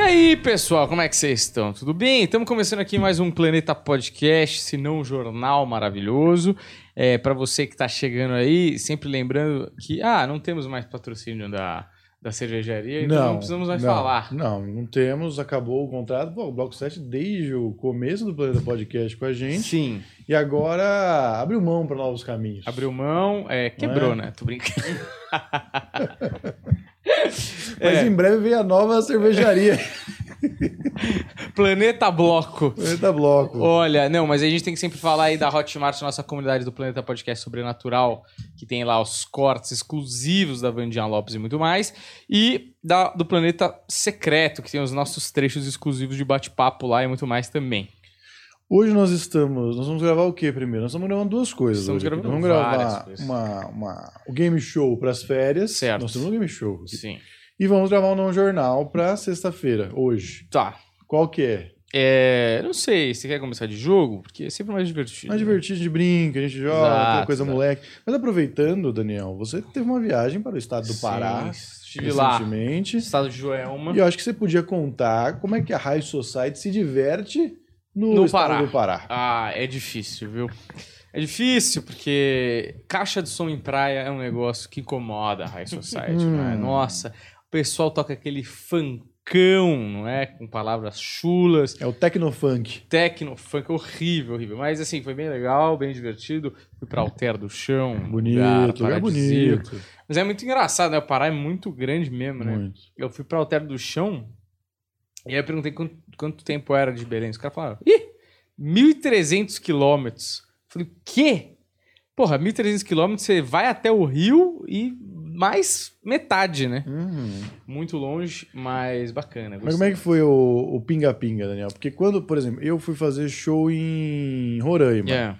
aí, pessoal, como é que vocês estão? Tudo bem? Estamos começando aqui mais um Planeta Podcast, se não um jornal maravilhoso. É, para você que está chegando aí, sempre lembrando que, ah, não temos mais patrocínio da, da cervejaria, então não, precisamos mais não, falar. Não, não temos, acabou o contrato. Pô, o Bloco 7 desde o começo do Planeta Podcast com a gente. Sim, E agora abriu mão para novos caminhos. abriu mão, é, quebrou, é? né? Tô brincando. É. Mas em breve vem a nova cervejaria. Planeta Bloco. Planeta Bloco. Olha, não, mas a gente tem que sempre falar aí da Hotmart, nossa comunidade do Planeta Podcast Sobrenatural, que tem lá os cortes exclusivos da Vandinha Lopes e muito mais. E da- do Planeta Secreto, que tem os nossos trechos exclusivos de bate-papo lá e muito mais também. Hoje nós estamos. Nós vamos gravar o que primeiro? Nós estamos gravando duas coisas. Estamos hoje aqui. gravando Nós vamos várias gravar coisas. uma, uma, o game show para as férias. Certo. Nós temos um game show. Sim. E vamos gravar um não jornal para sexta-feira, hoje. Tá. Qual que é? É, não sei, você quer começar de jogo? Porque é sempre mais divertido. Mais divertido, de brinca, a gente joga, Exato, aquela coisa exato. moleque. Mas aproveitando, Daniel, você teve uma viagem para o estado do Sim, Pará Estive lá. recentemente. Estado de Joelma. E eu acho que você podia contar como é que a High Society se diverte no, No estado Pará. do Pará. Ah, é difícil, viu? É difícil, porque caixa de som em praia é um negócio que incomoda a High Society, Hum. não é? Nossa, o pessoal toca aquele funkão, não é? Com palavras chulas, É o Tecnofunk. tecno, funk, horrível, horrível. Mas assim, foi bem legal, bem divertido. Fui pra Alter do Chão, um Bonito, lugar paradisíaco. bonito. Mas é muito engraçado, né? O Pará é muito grande mesmo, né? Muito. Eu fui pra Altero do Chão e aí eu perguntei quanto, quanto tempo era de Belém. Os caras falaram, ih, 1.300 quilômetros. Eu Falei, o quê? Porra, 1.300 quilômetros, você vai até o Rio e mais metade, né? Uhum. Muito longe, mas bacana. Mas como é que foi o o pinga-pinga, Daniel? Porque quando, por exemplo, eu fui fazer show em Roraima. Yeah.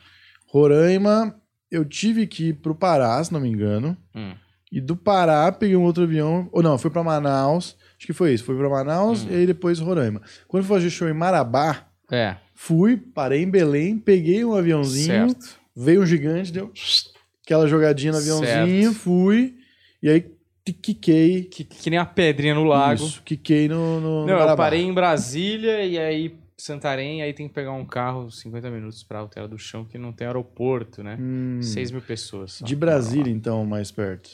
Roraima, eu tive que ir pro Pará, se não me engano. Hum. E do Pará peguei um outro avião. Ou não, fui pra Manaus. Acho que foi isso. Fui pra Manaus Hum. e aí depois Roraima. Quando eu fui fazer show em Marabá, É, fui, parei em Belém, peguei um aviãozinho, certo. veio um gigante, deu aquela jogadinha no aviãozinho, Certo. fui. E aí ti- quiquei. Que, que nem uma pedrinha no lago. Isso, quiquei no, no, no Não, eu Marabá. parei em Brasília e aí Santarém, aí tem que pegar um carro 50 minutos pra Altera do Chão, que não tem aeroporto, né? Hum, 6 mil pessoas. só. de Brasília, então, mais perto.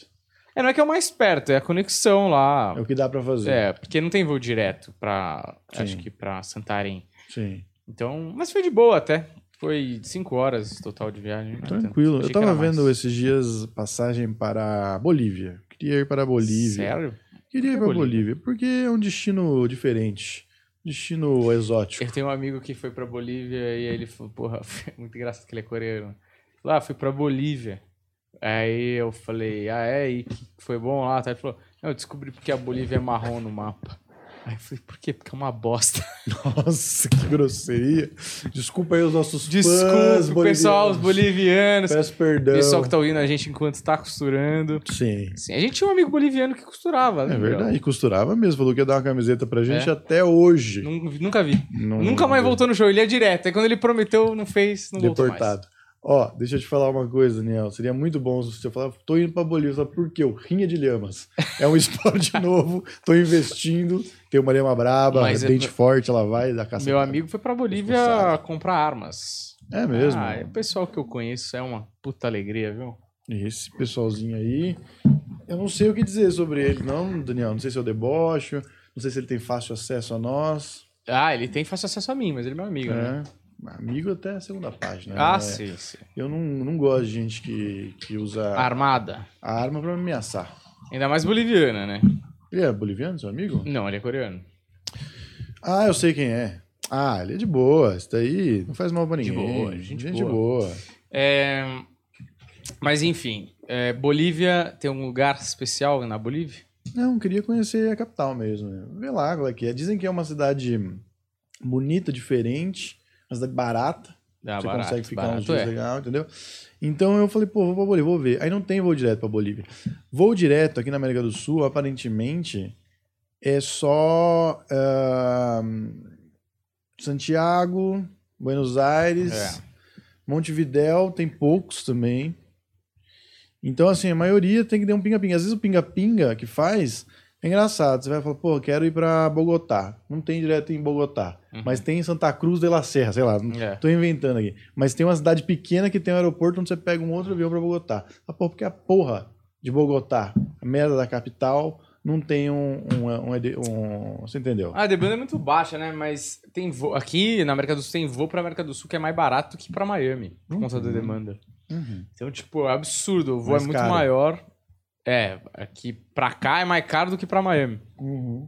É, não é que é o mais perto, é a conexão lá. É o que dá pra fazer. É, porque não tem voo direto pra. Sim. Acho que pra Santarém. Sim. Então. Mas foi de boa até. Foi cinco horas total de viagem. né? Tranquilo. Tanto- Eu achei que tava era mais. vendo esses dias passagem para a Bolívia. Queria ir para a Bolívia. Sério? Queria ir Por que para a Bolívia, porque é um destino diferente. Destino exótico. Eu tenho um amigo que foi pra Bolívia e aí ele falou, porra, foi muito engraçado que ele é coreano. Lá, fui pra Bolívia. Aí eu falei, ah, é, e que foi bom lá? tá? Ele falou, não, eu descobri porque a Bolívia é marrom no mapa. Aí eu falei, por quê? Porque é uma bosta. Nossa, que grosseria. Desculpa aí os nossos fãs Desculpa, pessoal, os bolivianos. Peço perdão. Pessoal que tá ouvindo a gente enquanto está costurando. Sim. Sim, a gente tinha um amigo boliviano que costurava, né? É Gabriel? verdade, costurava mesmo, falou que ia dar uma camiseta pra gente até hoje. É. Nun- Nunca vi. Não- Nunca mais voltou no show, ele ia direto. Aí quando ele prometeu, não fez, não voltou mais. Deportado. Ó, deixa eu te falar uma coisa, Daniel. Seria muito bom se você falar, tô indo pra Bolívia. Sabe por quê? O Rinha de Lhamas. É um esporte novo, tô investindo. Tem uma lhama braba, Mas é- dente forte, ela vai dar caça. Meu amigo foi pra Bolívia Expulsado. comprar armas. É mesmo. Ah, é o pessoal que eu conheço é uma puta alegria, viu? Esse pessoalzinho aí. Eu não sei o que dizer sobre ele, não, Daniel. Não sei se é o deboche, não sei se ele tem fácil acesso a nós. Ah, ele tem fácil acesso a mim, mas ele é meu amigo, né? né? Amigo até a segunda página. Ah, né? sim, sim. Eu não, não gosto de gente que, que usa Armada. a arma pra me ameaçar. Ainda mais boliviana, né? Ele é boliviano, seu amigo? Não, ele é coreano. Ah, eu sei quem é. Ah, ele é de boa. Isso daí não faz mal pra De ninguém. boa, gente de boa. boa. É, Mas enfim, é, Bolívia tem um lugar especial na Bolívia? Não, queria conhecer a capital mesmo. né? Vê lá qual é que é. Dizem que é uma cidade bonita, diferente, uma cidade barata. Ah, você barato, consegue ficar barato uns dias é. legal, entendeu? Então eu falei, pô, vou pra Bolívia, vou ver. Aí não tem voo direto pra Bolívia. Voo direto aqui na América do Sul, aparentemente, é só ah, Santiago, Buenos Aires, É. Montevidéu, tem poucos também. Então, assim, a maioria tem que dar um pinga-pinga. Às vezes o pinga-pinga que faz É engraçado, você vai falar, pô, quero ir pra Bogotá. Não tem direto em Bogotá, Uhum. mas tem em Santa Cruz de la Serra, sei lá. É. Tô inventando aqui. Mas tem uma cidade pequena que tem um aeroporto onde você pega um outro avião pra Bogotá. Ah, pô, porque a porra de Bogotá, a merda da capital, não tem um. um, um, ED um- você entendeu? Ah, a demanda é muito baixa, né? Mas tem voo. Aqui na América do Sul tem voo pra América do Sul que é mais barato que pra Miami, por Uhum. conta da demanda. Uhum. Então, tipo, é absurdo. O voo Mais é muito caro. maior. É, aqui pra cá é mais caro do que pra Miami. Uhum.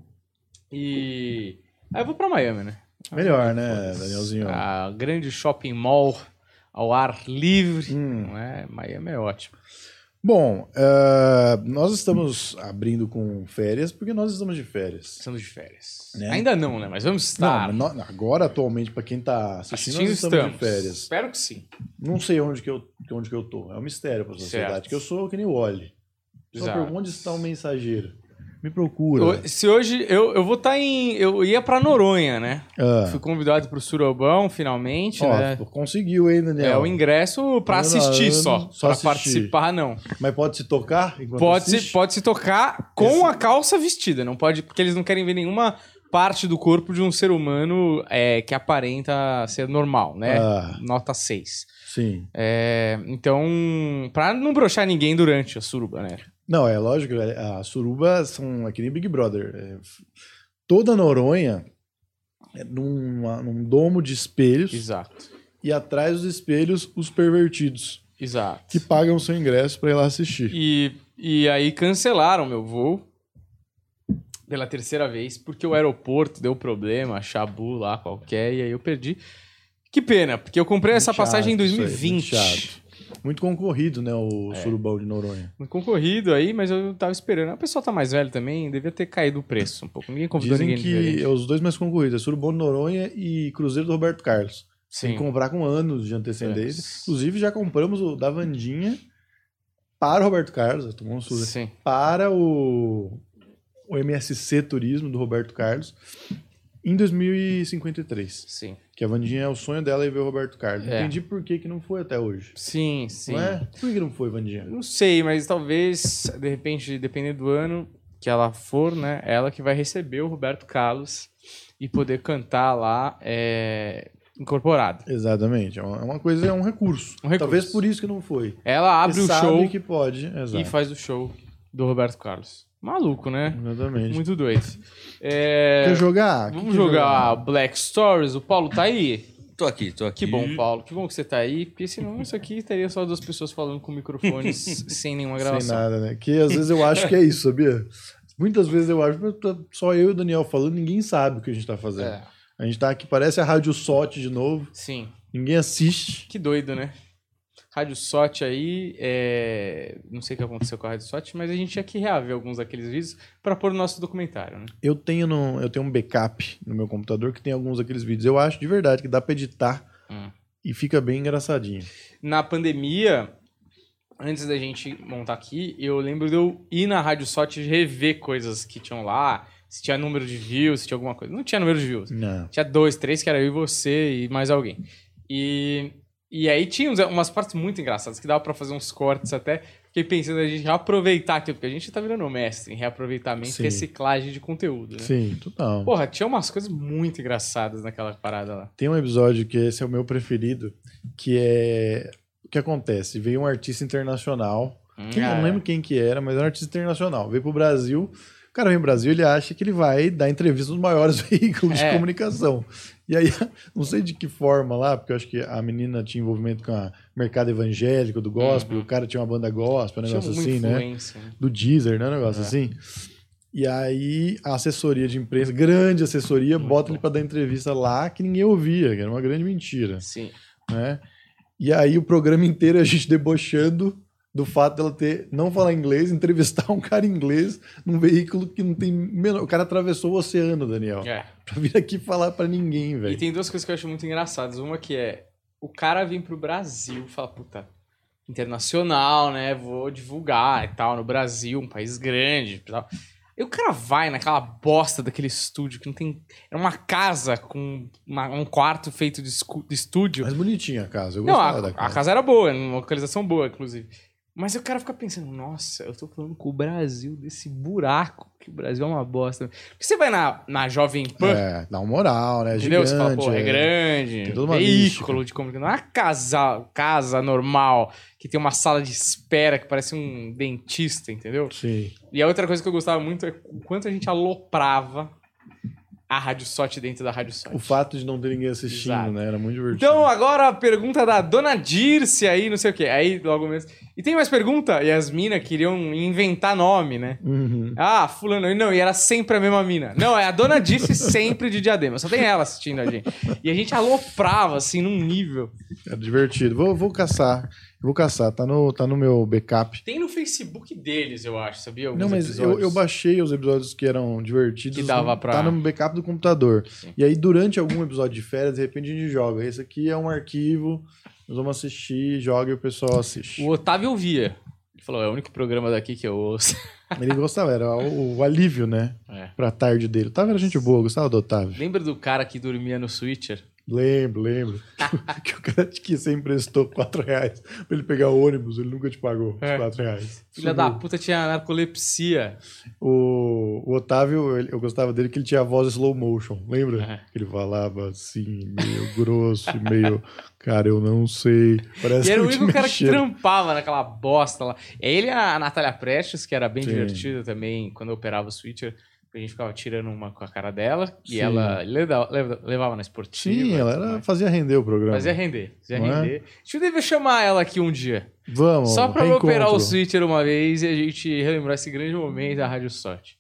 E. Aí eu vou pra Miami, né? Melhor, né, Foda-se. Danielzinho? Ah, grande shopping mall ao ar livre. Hum. Não é? Miami é ótimo. Bom, ah, nós estamos abrindo com férias porque nós estamos de férias. Estamos de férias. Né? Ainda não, né? Mas vamos estar. Não, mas nó- agora, atualmente, pra quem tá assistindo, Assistindo nós estamos, de férias. Espero que sim. Não sei onde que, eu, onde que eu tô. É um mistério pra sociedade. Certo. Que eu sou que nem o Oli. Só Exato. pergunta onde está o mensageiro. Me procura. Ho- Se hoje eu, eu vou estar em. Eu ia pra Noronha, né? Ah, Fui convidado pro Surobão, finalmente, ó, né? pô, conseguiu, hein, É Daniel? o ingresso pra Não, não, assistir eu só. não- só pra assistir. participar, não. Mas pode se tocar? enquanto Pode se, assiste? pode se tocar com Esse- a calça vestida, não pode. Porque eles não querem ver nenhuma parte do corpo de um ser humano é, que aparenta ser normal, né? Ah, Nota 6. sim. então, pra não broxar ninguém durante a suruba, né? Não, é lógico. é- A suruba são é que nem Big Brother. É, f- toda Noronha é numa- num domo de espelhos Exato. e atrás dos espelhos os pervertidos Exato. que pagam seu ingresso pra ir lá assistir. E, e aí cancelaram meu voo pela terceira vez, porque o aeroporto deu problema, chabu lá qualquer, e aí eu perdi. Que pena, porque eu comprei essa Muito passagem em chato isso aí, muito 2020. chato. Muito concorrido, né, É. o surubão de Noronha. Muito Um concorrido aí, mas eu tava esperando. O pessoal tá mais velho também, devia ter caído o preço um pouco. Ninguém convidou Dizem ninguém. que diferente. é os dois mais concorridos, é surubão de Noronha e Cruzeiro do Roberto Carlos. Tem Sim. É. que comprar com anos de antecedência. Antes. Inclusive, já compramos o da Vandinha para o Roberto Carlos, tomou um susto, Sim. para o, o MSC Turismo do Roberto Carlos em 2053. Sim. Que a Vandinha é o sonho dela e ver o Roberto Carlos. É. Entendi por que, que não foi até hoje. Sim, sim. Não é? Por que que não foi, Vandinha? Não sei, mas talvez, de repente, dependendo do ano que ela for, né? Ela que vai receber o Roberto Carlos e poder cantar lá é, incorporado. Exatamente. É uma, é uma coisa, é um recurso. Um recurso. Talvez por isso que não foi. Ela abre Porque o sabe show que pode. e Exato. faz o show do Roberto Carlos. Maluco, né? Exatamente. Muito doido. É, Quer jogar? Que Vamos que jogar Black Stories. O Paulo tá aí? Tô aqui, tô aqui. Que bom, Paulo. Que bom que você tá aí, porque senão isso aqui teria só duas pessoas falando com microfones sem nenhuma gravação. Sem nada, né? Que às vezes eu acho que é isso, sabia? Muitas vezes eu acho, mas tá só eu e o Daniel falando, ninguém sabe o que a gente tá fazendo. É, A gente tá aqui, parece a Rádio Sorte de novo, sim. ninguém assiste. Que doido, né? Rádio Sorte aí, é... não sei o que aconteceu com a Rádio Sorte, mas a gente tinha que reaver alguns daqueles vídeos pra pôr no nosso documentário, né? Eu tenho, no- eu tenho um backup no meu computador que tem alguns daqueles vídeos. Eu acho de verdade que dá pra editar Hum. e fica bem engraçadinho. Na pandemia, antes da gente montar aqui, eu lembro de eu ir na Rádio Sorte e rever coisas que tinham lá, se tinha número de views, se tinha alguma coisa. Não tinha número de views. Não. Tinha dois, três, que era eu e você e mais alguém. E, e aí tinha uns- umas partes muito engraçadas que dava pra fazer uns cortes até. Fiquei pensando a gente reaproveitar aquilo, porque a gente tá virando mestre em reaproveitamento Sim. e reciclagem de conteúdo, né? Sim, total. Porra, tinha umas coisas muito engraçadas naquela parada lá. Tem um episódio que esse é o meu preferido, que é. O que acontece? Veio um artista internacional Quem- Hum, eu não lembro quem que era, mas era um artista internacional. Veio pro Brasil. O cara vem pro Brasil, ele acha que ele vai dar entrevista nos maiores veículos de É. comunicação. E aí, não sei de que forma lá, porque eu acho que a menina tinha envolvimento com o mercado evangélico, do gospel, Uhum. o cara tinha uma banda gospel, um é. Tinha negócio muita assim, né? influência, né? Do Deezer, né? Um negócio É. assim. E aí, a assessoria de imprensa, grande assessoria, Muito bota bom. ele pra dar entrevista lá que ninguém ouvia, que era uma grande mentira Sim. né? E aí o programa inteiro a gente debochando do fato dela ter não falar inglês, entrevistar um cara inglês num veículo que não tem menor. O cara atravessou o oceano, Daniel, É. pra vir aqui falar pra ninguém, E velho. tem duas coisas que eu acho muito engraçadas. Uma que é o cara vem pro Brasil e fala, puta, internacional, né? Vou divulgar e tal, no Brasil, um país grande e tal. E o cara vai naquela bosta daquele estúdio que não tem. É uma casa com uma- um quarto feito de, escu- de estúdio. Mas bonitinha a casa, eu Não, gostava a, da a casa. casa era boa, uma localização boa, inclusive. Mas o cara fica pensando, nossa, eu tô falando com o Brasil desse buraco, que o Brasil é uma bosta. Porque você vai na, na Jovem Pan, É, dá uma moral, né? entendeu? Gigante, você fala, pô, é, é. grande, Tem toda uma veículo mística. de comunicação. Não é uma casa, casa normal, que tem uma sala de espera que parece um dentista, entendeu? Sim. E a outra coisa que eu gostava muito é o quanto a gente aloprava a Rádio Sorte dentro da Rádio Sorte. O fato de não ter ninguém assistindo, Exato. né? Era muito divertido. Então, agora a pergunta da dona Dirce aí, não sei o quê. Aí, logo mesmo. E tem mais pergunta? E as minas queriam inventar nome, né? Uhum. Ah, fulano. Não, e era sempre a mesma mina. Não, é a dona Dirce sempre de diadema. Só tem ela assistindo a gente. E a gente aloprava, assim, num nível. Era divertido. Vou, vou caçar. Eu Vou caçar. Tá no, tá no meu backup. Tem no Facebook deles, eu acho, sabia? Alguns Não, mas eu, episódios. eu baixei os episódios que eram divertidos. Que dava pra- Tá no backup do computador. Sim. E aí, durante algum episódio de férias, de repente a gente joga. Esse aqui é um arquivo, nós vamos assistir, joga e o pessoal assiste. O Otávio ouvia. Ele falou, é o único programa daqui que eu ouço. Ele gostava, era o, o alívio, né? É. Pra tarde dele. O Otávio era gente boa, gostava do Otávio. Lembra do cara que dormia no Switcher? Lembro, lembro. que o cara te que você emprestou 4 reais pra ele pegar o ônibus, ele nunca te pagou É. os 4 reais. Filha da puta tinha narcolepsia. O, o Otávio, ele- eu gostava dele que ele tinha a voz slow motion, lembra? É. Ele falava assim, meio grosso, e meio. Cara, eu não sei. Parece E era o que eu te único cara que mexendo. trampava naquela bosta lá. É ele e a Natália Prestes, que era bem Sim. divertida também quando eu operava o switcher. A gente ficava tirando uma com a cara dela e Sim. ela leda- leva- levava na esportiva. Sim, e ela tudo era, mais. fazia render o programa. Fazia render, fazia Não é? render. A gente deve chamar ela aqui um dia. Vamos, só pra eu reencontro. operar o switcher uma vez e a gente relembrar esse grande momento da Rádio Sorte.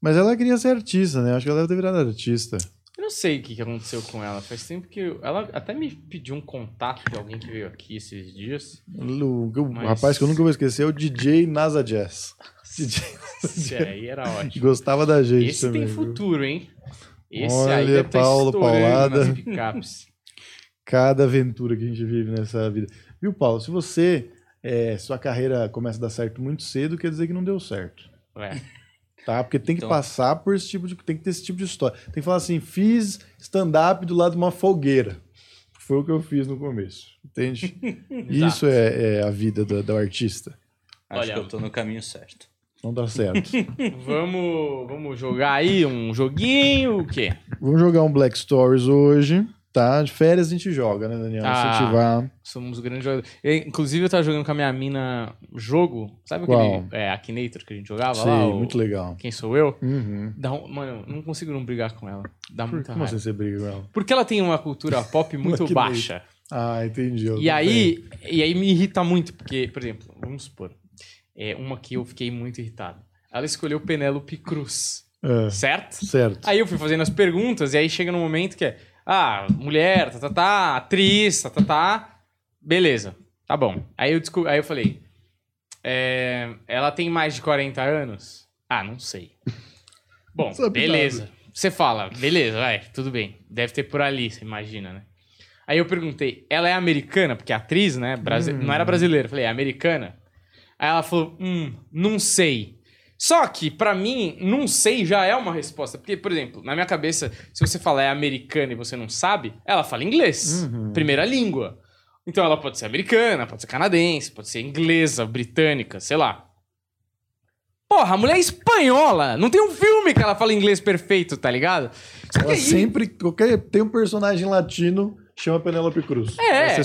Mas ela queria ser artista, né? Acho que ela deve ter virado artista. Eu não sei o que que aconteceu com ela. Faz tempo que. eu- Ela até me pediu um contato de alguém que veio aqui esses dias. O, o Mas- rapaz que eu nunca vou esquecer é o DJ Nasa Jazz. DJ Isso aí era ótimo. que gostava da gente Esse também. tem viu? futuro, hein? Esse aí Olha, deve tá Paulo estourando Paulada. nas picapes. Cada aventura que a gente vive nessa vida. Viu, Paulo? Se você. é, sua carreira começa a dar certo muito cedo, quer dizer que não deu certo. Ué, Tá? Porque tem que Então- passar por esse tipo de. Tem que ter esse tipo de história. Tem que falar assim: fiz stand-up do lado de uma fogueira. Foi o que eu fiz no começo. Entende? Isso tá. é, é a vida do, do artista. Acho Olha. que eu tô no caminho certo. Não dá certo. vamos, vamos jogar aí um joguinho, o quê? Vamos jogar um Black Stories hoje, tá? De férias a gente joga, né, Daniel? Ah. Se tiver. Somos grandes jogadores. Eu, Inclusive, eu tava jogando com a minha mina jogo. Sabe Qual? aquele é, Akinator que a gente jogava lá? Sei, o muito legal. Quem sou eu? Uhum. Dá um- mano, eu não consigo não brigar com ela. Dá Por, muita como raiva. assim você briga com ela? Porque ela tem uma cultura pop muito Akinator. baixa. Ah, entendi. eu E não sei. aí, e aí me irrita muito, porque, por exemplo, vamos supor, é uma que eu fiquei muito irritado. Ela escolheu Penélope Cruz, É, certo? certo. Aí eu fui fazendo as perguntas, e aí chega num momento que é, ah, mulher, tá, tá, tá, atriz, tá, tá, tá, beleza, tá bom. Aí eu, descu- aí eu falei, é, ela tem mais de 40 anos? Ah, não sei. Bom, Sabe beleza. Você fala, beleza, vai, tudo bem. Deve ter por ali, você imagina, né? Aí eu perguntei, ela é americana? Porque atriz, né? Brasi- Hum. Não era brasileira. Eu Falei, é americana? Aí ela falou, hum, não sei. Só que, pra mim, não sei já é uma resposta. Porque, por exemplo, na minha cabeça, se você falar é americana e você não sabe, ela fala inglês, Uhum. primeira língua. Então ela pode ser americana, pode ser canadense, pode ser inglesa, britânica, sei lá. Porra, a mulher é espanhola. Não tem um filme que ela fala inglês perfeito, tá ligado? Só que Ela aí- sempre. Qualquer, tem um personagem latino, chama Penélope Cruz. É. Vai ser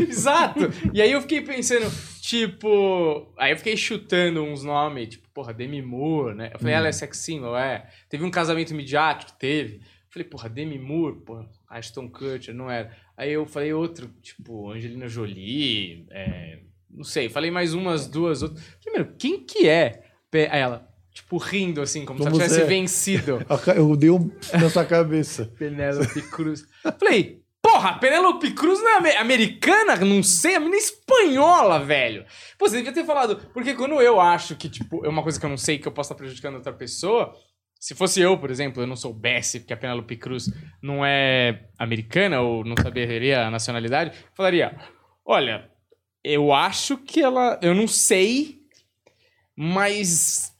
Exato. E aí eu fiquei pensando, tipo. Aí eu fiquei chutando uns nomes, tipo, porra, Demi Moore, né? Eu falei, ela é sex symbol, é. Teve um casamento midiático, teve. Eu falei, porra, Demi Moore, porra, Ashton Kutcher, não era. Aí eu falei outro, tipo, Angelina Jolie, é, não sei. Falei mais umas, duas, outras. Falei, mano, quem que é? Pe- Aí ela, tipo, rindo assim, como, Como se eu tivesse você é. vencido. A ca- Eu dei um na sua cabeça. Penélope Cruz. Falei, porra, Penélope Cruz não é ame- americana? Não sei, a menina é espanhola, velho. Pô, você devia ter falado. Porque quando eu acho que, tipo, é uma coisa que eu não sei que eu posso estar prejudicando outra pessoa. Se fosse eu, por exemplo, eu não soubesse que a Penélope Cruz não é americana ou não saberia a nacionalidade, eu falaria: olha, eu acho que ela. Eu não sei, mas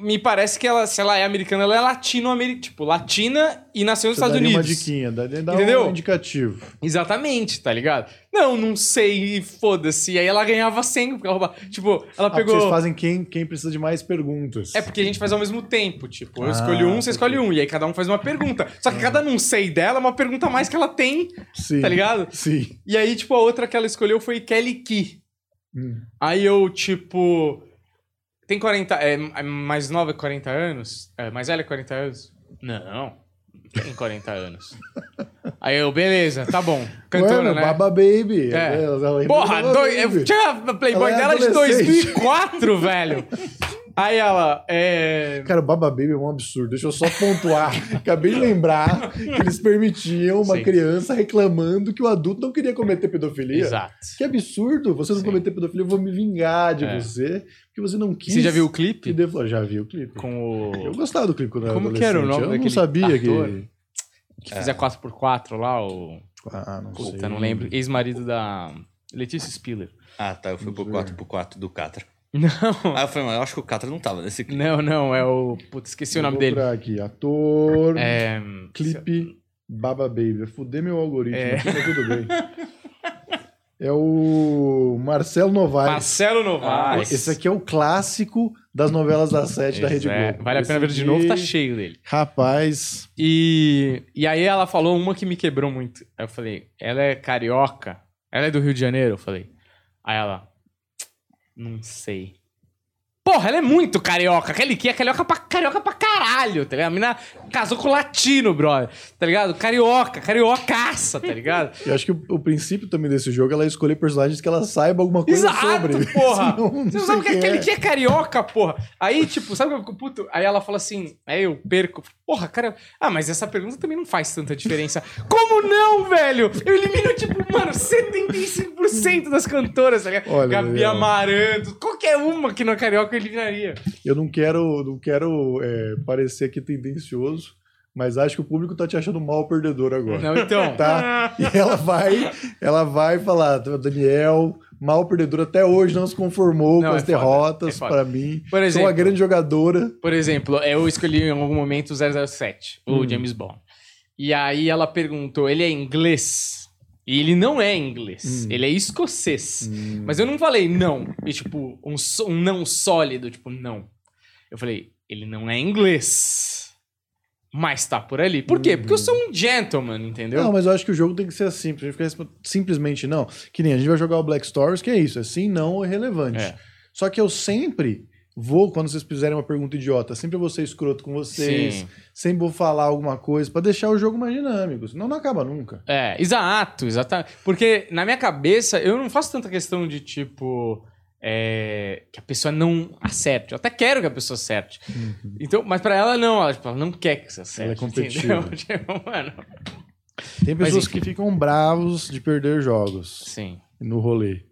Me parece que ela, se ela é americana, ela é latino-americana. Tipo, latina e nasceu nos Você Estados daria Unidos. uma diquinha, dá, dá Entendeu? um indicativo. Exatamente, tá ligado? Não, não sei, e foda-se. E aí ela ganhava 100, porque ela roubava. Tipo, ela Ah, porque pegou. Vocês fazem quem, quem precisa de mais perguntas. É porque a gente faz ao mesmo tempo, tipo, eu Ah, escolho um, você entendi. Ah. escolhe um, e aí cada um faz uma pergunta. Só que cada não sei dela é uma pergunta a mais que ela tem, Sim. tá ligado? Sim. E aí, tipo, a outra que ela escolheu foi Kelly Ki. Hum. Aí eu, tipo. Tem 40. É, mais nova que 40 anos? É, mais velha que 40 anos? Não. não Tem 40 anos. Aí eu, beleza, tá bom. Cantora, Mano, né? Baba Baby. É. Ela- ela ainda Porra, é Baba dois, Baby. eu tinha a Playboy Ela é dela de adolescente. 2004, velho. Aí ela, é. Cara, o Baba Baby é um absurdo. Deixa eu só pontuar. Acabei de lembrar que eles permitiam uma Sim. criança reclamando que o adulto não queria cometer pedofilia. Exato. Que absurdo! Você não Sim. cometer pedofilia, eu vou me vingar de É. você, porque você não quis. Você já viu o que clipe? deflor- Já vi o clipe. Com Eu o. gostava do clipe quando eu era Como que era o adolescente. nome Eu não daquele sabia ator? que... Que fazia 4x4 lá, o. Ah, não sei. Puta, não lembro. Ex-marido da. Letícia Spiller. Ah, tá. Eu fui pro Vamos ver. 4x4 do Catra. Não. Ah, eu falei, mano, eu acho que o Catra não tava nesse clipe. Não, não, é o. Puta, esqueci o nome Vou dele. procurar aqui. Ator, É. clipe, Baba Baby. Eu Fudei meu algoritmo É. aqui, mas tudo bem. É o Marcelo Novaes. Marcelo Novaes. Ah, Esse aqui é o clássico das novelas das sete da Rede É, Globo. Vale a Esse pena ver de aqui, novo, tá cheio dele. Rapaz, E, e aí ela falou uma que me quebrou muito. Aí eu falei, ela é carioca? Ela é do Rio de Janeiro? Eu falei. Aí ela, não sei. Porra, ela é muito carioca. Aquele que é carioca pra, carioca pra caralho, tá ligado? A mina casou com latino, brother. Tá ligado? Carioca, cariocaça, tá ligado? eu acho que o, o princípio também desse jogo é ela escolher personagens que ela saiba alguma coisa Exato, sobre. porra! Senão, não Você não sei sabe o que é quem aquele que é carioca, porra. Aí, tipo, sabe o que eu fico puto? Aí ela fala assim, aí eu perco. Porra, cara. Ah, mas essa pergunta também não faz tanta diferença. Como não, velho? Eu elimino, tipo, mano, 75% das cantoras, tá ligado? Olha, Gabi Daniel. Amaranto, qualquer uma que não é carioca eu eliminaria. Eu não quero, não quero é, parecer aqui tendencioso, mas acho que o público tá te achando mal perdedor agora. Não, então. Tá? E ela vai, ela vai falar, "Tá, Daniel, mal perdedor até hoje, não se conformou Não, com é as foda, derrotas é pra foda. para mim. Por Sou exemplo, uma grande jogadora. por exemplo, eu escolhi em algum momento o 007, o Hum. James Bond. E aí ela perguntou, ele é inglês? E ele não é inglês, Hum. ele é escocês. Mas eu não falei não, e tipo, um, só- um não sólido, tipo, não. Eu falei, ele não é inglês. Mas tá por ali. Por quê? Porque eu sou um gentleman, entendeu? Não, mas eu acho que o jogo tem que ser assim. pra gente ficar resp- simplesmente não. Que nem a gente vai jogar o Black Stories, que é isso. É sim, não é relevante. É. Só que eu sempre vou, quando vocês fizerem uma pergunta idiota, sempre eu vou ser escroto com vocês. Sim. Sempre vou falar alguma coisa pra deixar o jogo mais dinâmico. Senão não acaba nunca. É, exato, exatamente. Porque na minha cabeça, eu não faço tanta questão de tipo. é, que a pessoa não acerte. Eu até quero que a pessoa acerte. Então, mas pra ela, não. Ela, tipo, ela não quer que você acerte. Uhum. Ela é competitiva. entendeu? Tipo, mano. Tem Mas pessoas enfim. que ficam bravos de perder jogos Sim. no rolê.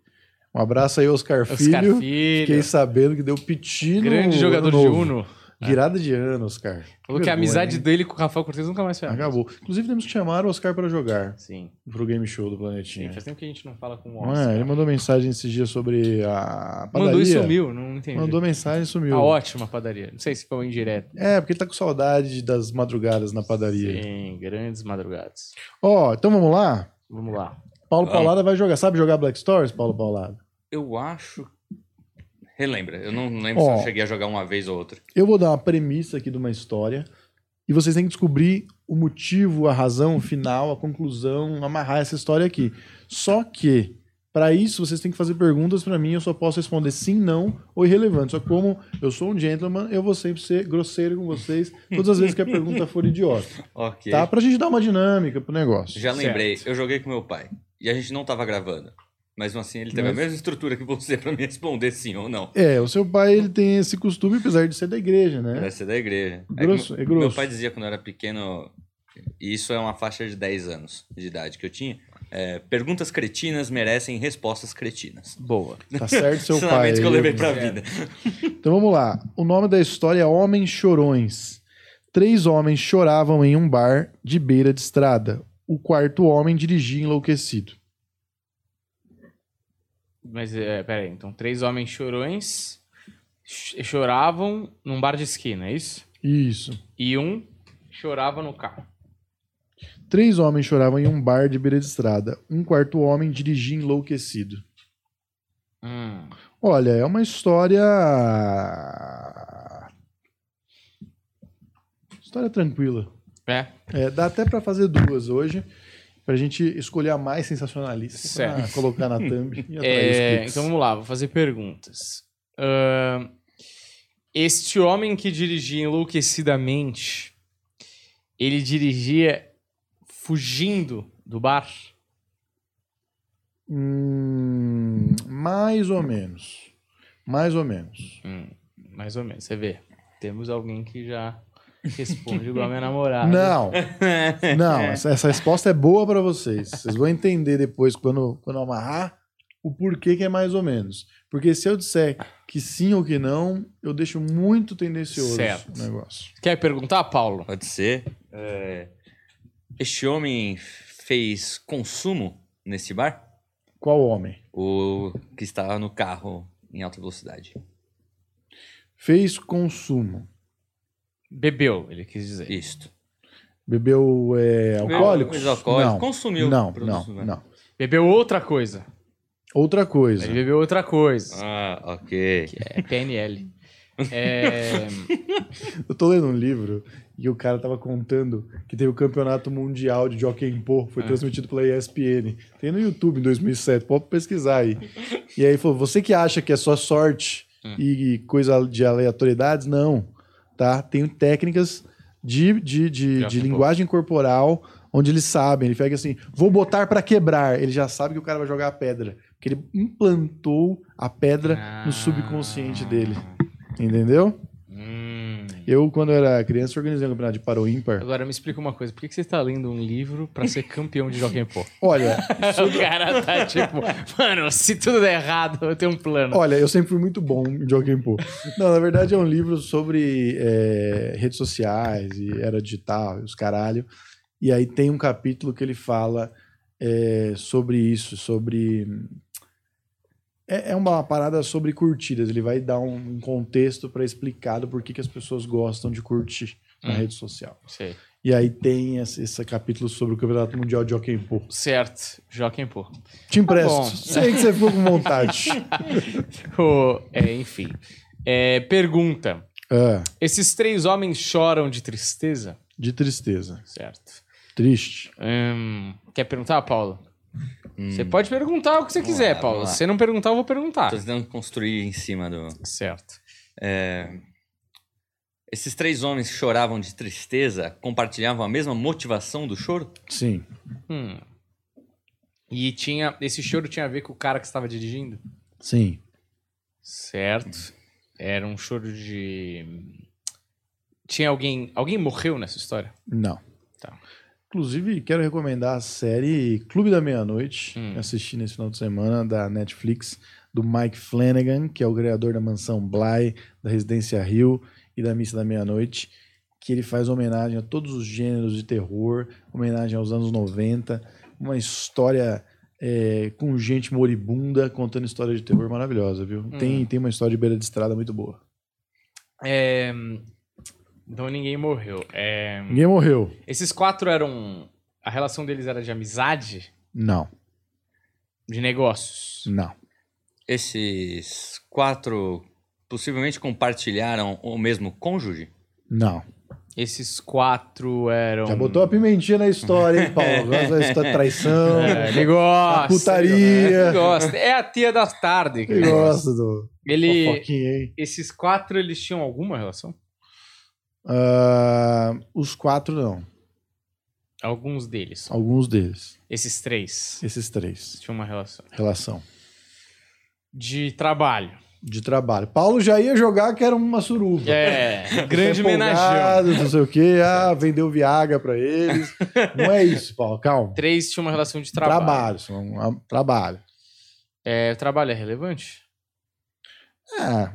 Um abraço aí, Oscar, Oscar Filho. Filho. Fiquei sabendo que deu piti no grande jogador ano de novo. Uno. Virada de ano, Oscar. Falou que vergonha, a amizade hein? dele com o Rafael Cortez nunca mais foi. a mesma. Acabou. Inclusive, temos que chamar o Oscar pra jogar Sim. pro game show do Sim, Planetinha. faz tempo que a gente não fala com o É. Não Oscar. é? ele mandou mensagem esses dias sobre a padaria. Mandou e sumiu, não entendi. Mandou mensagem e A sumiu. ótima padaria. Não sei se foi um indireto. É, porque ele tá com saudade das madrugadas na padaria. Sim, grandes madrugadas. Ó, então vamos lá? Vamos lá. Paulo Vamos. Paulada vai jogar. Sabe jogar Black Stories, Paulo Paulada? Eu acho. Relembra. Eu não lembro se Ó. eu cheguei a jogar uma vez ou outra. Eu vou dar uma premissa aqui de uma história e vocês têm que descobrir o motivo, a razão final, a conclusão, amarrar essa história aqui. Só que, para isso, vocês têm que fazer perguntas para mim, eu só posso responder sim, não ou irrelevante. Só que como eu sou um gentleman, eu vou sempre ser grosseiro com vocês todas as vezes que a pergunta for idiota, Ok. tá? Pra gente dar uma dinâmica pro negócio. Já lembrei. Eu joguei com meu pai. E a gente não tava gravando. Mesmo assim, ele teve a Mas- mesma estrutura que você pra me responder sim ou não. É, o seu pai ele tem esse costume, apesar de ser da igreja, né? Parece ser da igreja. É que Grosso, é meu- grosso. Meu pai dizia quando eu era pequeno, e isso é uma faixa de 10 anos de idade que eu tinha, é, perguntas cretinas merecem respostas cretinas. Boa. Tá certo, seu pai. Ensinamentos que eu levei aí, pra né? vida. Então vamos lá. O nome da história é Homens Chorões. Três homens choravam em um bar de beira de estrada. O quarto homem dirigia enlouquecido. Mas, é, peraí. Então, três homens chorões. ch- choravam num bar de esquina, é isso? Isso. E um chorava no carro. Três homens choravam em um bar de beira de estrada. Um quarto homem dirigia enlouquecido. Hum. Olha, é uma história. História tranquila. É. É, dá até pra fazer duas hoje. Pra gente escolher a mais sensacionalista. Pra Certo. colocar na thumb. E atrair os É, cliques. então vamos lá, vou fazer perguntas. Ahn, este homem que dirigia enlouquecidamente, ele dirigia fugindo do bar? Hum, mais ou menos. Mais ou menos. Mais ou menos, você vê. Temos alguém que já responde igual a minha namorada. Não, não. Essa, essa resposta é boa pra vocês. Vocês vão entender depois, quando, quando eu amarrar, o porquê que é mais ou menos. Porque se eu disser que sim ou que não, eu deixo muito tendencioso Certo. o negócio. Quer perguntar, Paulo? Pode ser. É, Este homem fez consumo nesse bar? Qual homem? O que estava no carro em alta velocidade. Fez consumo. Bebeu, ele quis dizer. Isto. Bebeu é, alcoólicos? Coisa alcoólica. Não. Consumiu. Não, produtos, né? não, não. Bebeu outra coisa. Outra coisa. Ele bebeu outra coisa. Ah, ok. É PNL. É, Eu tô lendo um livro e o cara tava contando que teve o campeonato mundial de Jockey Po, É. foi transmitido pela ESPN. Tem no YouTube em 2007, pode pesquisar aí. E aí ele falou: você que acha que é só sorte É. e coisa de aleatoriedades? Não, tá? Tem técnicas de, de, de, de Jockey Po. linguagem corporal onde eles sabem. Ele pega assim: vou botar pra quebrar. Ele já sabe que o cara vai jogar a pedra, porque ele implantou a pedra Ah. no subconsciente dele. Entendeu? Hum. Eu, quando era criança, organizei um campeonato de paro ímpar. Agora me explica uma coisa, por que que você está lendo um livro pra ser campeão de Joaquim Pô? Olha, o cara tá tipo, mano, se tudo der errado, eu tenho um plano. olha, eu sempre fui muito bom em Joaquim Pô. Não, na verdade é um livro sobre é, redes sociais e era digital e os caralho. E aí tem um capítulo que ele fala é, sobre isso, sobre... É, é uma parada sobre curtidas. Ele vai dar um, um contexto para explicar do porquê que as pessoas gostam de curtir na Hum. rede social. Sei. E aí tem esse, esse capítulo sobre o Campeonato Mundial de Joaquim Pô. Certo, Joaquim Pô. Te empresto. bom. Sei que você ficou com vontade. Ô, é, enfim. É, pergunta: É, esses três homens choram de tristeza? de tristeza. Certo. Triste. Hum, quer perguntar, Paulo? Hum, Você pode perguntar o que você Vamos quiser, lá, Paulo. vamos lá. Se você não perguntar, eu vou perguntar. Tô tentando construir em cima do. Certo. Esses três homens que choravam de tristeza compartilhavam a mesma motivação do choro? Sim. Hum. E tinha. Esse choro tinha a ver com o cara que estava dirigindo? Sim. Certo. Era um choro de. Tinha alguém. Alguém morreu nessa história? Não. Tá. Inclusive, quero recomendar a série Clube da Meia-Noite. Hum. que eu Assisti nesse final de semana da Netflix, do Mike Flanagan, que é o criador da mansão Bly, da Residência Hill e da Missa da Meia-Noite. Que ele faz homenagem a todos os gêneros de terror, homenagem aos anos 90, uma história é, com gente moribunda contando história de terror maravilhosa, viu? Hum. Tem, tem uma história de beira de estrada muito boa. É, Então ninguém morreu. É, Ninguém morreu. Esses quatro eram. A relação deles era de amizade? Não, De negócios? não. Esses quatro possivelmente compartilharam o mesmo cônjuge? Não. Esses quatro eram. Já botou a pimentinha na história, hein, Paulo? Agora vai estar traição. É, É, ele gosta. Putaria. Ele gosta. É a tia da tarde. cara. ele gosta do Ele. fofoquinha, hein? Esses quatro, eles tinham alguma relação? Ah, os quatro não. Alguns deles. Alguns deles. Esses três. Esses três. Tinha uma relação. Relação. De trabalho. De trabalho. Paulo já ia jogar que era uma suruba. É, Tá grande homenagem. empolgado, Não sei o quê. Ah, vendeu Viagra pra eles. não é isso, Paulo. Calma. Três tinha uma relação de trabalho. Trabalho. são- ah, Trabalho. É, o trabalho é relevante? Ah,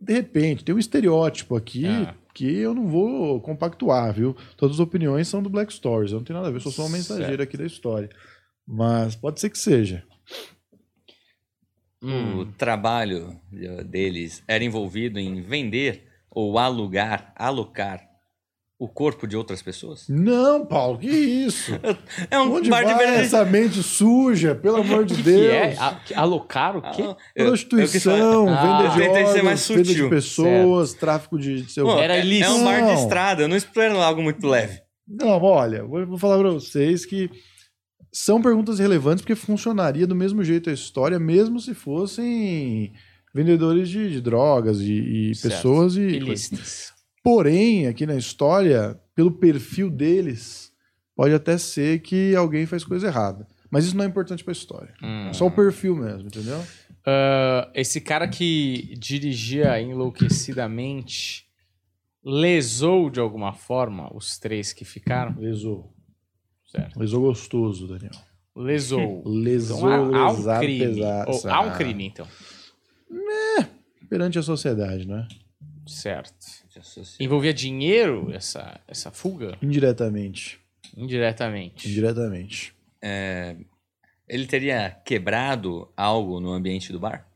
de repente, tem um estereótipo aqui É. Ah. que eu não vou compactuar, viu? Todas as opiniões são do Black Stories, eu não tenho nada a ver, eu sou só um mensageiro aqui da história. Mas pode ser que seja. Hum. O trabalho eh, deles era envolvido em vender ou alugar, alocar o corpo de outras pessoas? Não, Paulo, que isso? É um Onde bar de vai verdade. essa mente suja, pelo amor de que Deus? que é? A- que- alocar o quê? Eu- Ah, eu quis falar- Prostituição, Ah, venda de eu tentei ser mais órgãos, venda de sutil. pessoas, tráfico de... de seu... Bom, Era é- é, ilícito. um bar de Não. estrada, eu não espero algo muito leve. Não, olha, vou vou falar pra vocês que são perguntas relevantes porque funcionaria do mesmo jeito a história, mesmo se fossem vendedores de, de drogas e, e Certo. pessoas e... Ilícitas. Porém, aqui na história, pelo perfil deles, pode até ser que alguém fez coisa errada. Mas isso não é importante pra história. Hum. É Só o perfil mesmo, entendeu? Ah, esse cara que dirigia enlouquecidamente lesou de alguma forma os três que ficaram? Lesou. Certo. Lesou gostoso, Daniel. Lesou. Lesou, Então, há, há um lesado, crime. pesado. Ou há um crime, então. Perante a sociedade, né? Certo. Envolvia dinheiro essa, essa fuga? Indiretamente. Indiretamente. Indiretamente. Ele teria quebrado algo no ambiente do bar?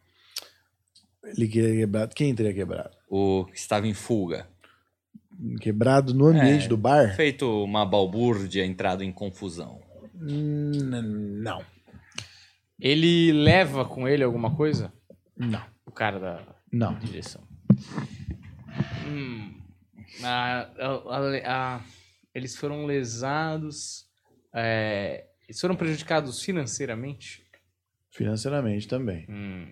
Ele queria quebrado. Quem teria quebrado? O que estava em fuga? Quebrado no ambiente É. do bar? Feito uma balbúrdia, entrado em confusão. Hum, Não. Ele leva com ele alguma coisa? Não. O cara da, Não. direção. Hum, a- a- a- a- eles foram lesados. é, eles foram prejudicados financeiramente? Financeiramente também. Hum.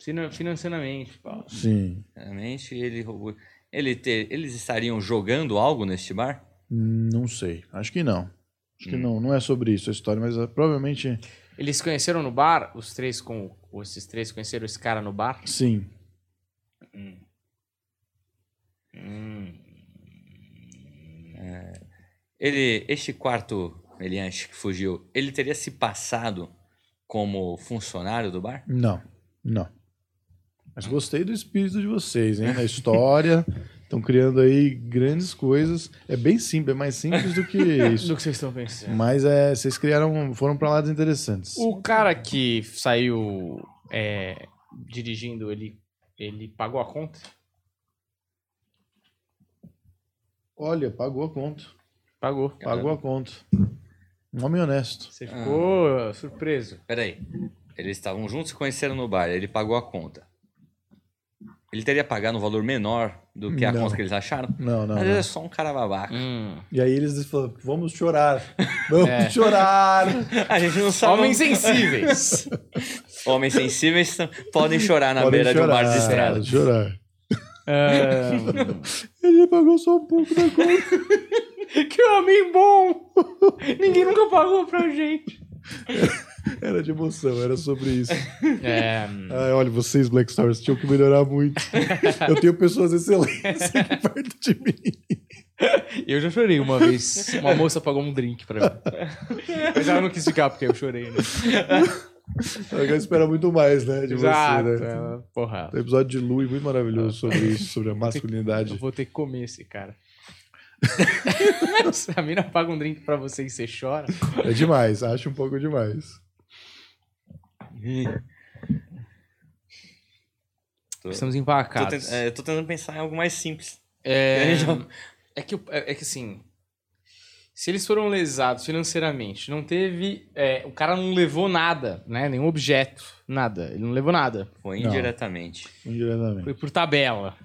Fina- financeiramente, Paulo. Sim. Realmente, ele roubou. Ele te- Eles estariam jogando algo neste bar? Hum, Não sei. Acho que não. Acho Hum. que não. Não é sobre isso a história, mas ah, provavelmente Eles conheceram no bar? Os três com. ou Esses três conheceram esse cara no bar? sim. Ele, este quarto meliante que fugiu, ele teria se passado como funcionário do bar? Não. Não. Mas gostei do espírito de vocês, hein? Na história. Estão criando aí grandes coisas. É bem simples, é mais simples do que isso. Do que vocês estão pensando? Mas é, vocês criaram, foram pra lados interessantes. O cara que saiu é, dirigindo, ele, ele pagou a conta? Olha, pagou a conta. Pagou. Pagou a conta. Um homem honesto. Você ficou surpreso. Peraí. Eles estavam juntos e se conheceram no bar. Ele pagou a conta. Ele teria pagado um valor menor do que a Não. conta que eles acharam? Não, não. Mas não. ele é só um cara Hum. babaca. E aí eles falaram: vamos chorar. Vamos É. chorar. A gente não sabe. Homens sensíveis. Homens sensíveis tam- podem chorar na beira de um bar de estrada. podem Chorar. Ahn, Ele pagou só um pouco da conta. que homem bom! Ninguém nunca pagou pra gente. Era de emoção, era sobre isso. É, Hum. Ai, olha, vocês, Black Stars, tinham que melhorar muito. Eu tenho pessoas excelentes aqui perto de mim. eu já chorei uma vez. Uma moça pagou um drink pra mim. Mas ela não quis ficar porque eu chorei, né? Eu espero muito mais, né? De Exato. você, né? ela- Porra. Tem um episódio de Lui muito maravilhoso sobre isso, sobre a masculinidade. Eu vou ter que comer esse cara. Se a mina paga um drink pra você e você chora. É demais, acho um pouco demais. Tô, Estamos tô, empacados. tent- é, tô tentando pensar em algo mais simples. É, Ele já- é que, o- é é que assim. Se eles foram lesados financeiramente, não teve. é, o cara não levou nada, né? Nenhum objeto, nada. Ele não levou nada. Foi Não. indiretamente. Indiretamente. Foi por tabela.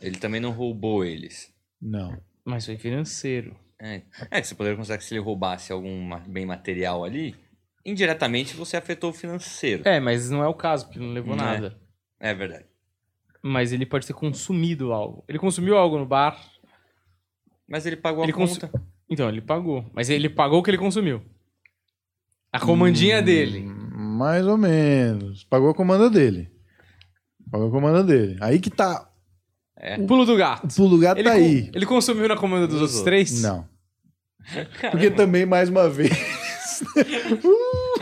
Ele também não roubou eles. Não. Mas foi financeiro. É, é que você poderia considerar que se ele roubasse algum ma- bem material ali, indiretamente você afetou o financeiro. É, mas não é o caso, porque ele não Né. levou Não é. nada. É, verdade. Mas ele pode ter consumido algo. Ele consumiu algo no bar. Mas ele pagou Ele a cons- conta. Então, ele pagou. Mas ele pagou o que ele consumiu. A comandinha dele. Hum, Mais ou menos. Pagou a comanda dele. Pagou a comanda dele. Aí que tá. O pulo do gato. O pulo do gato Ele, tá con- aí. ele consumiu na comanda dos Dos outros outros. três? Não. Porque Caramba. também, mais uma vez. Uh!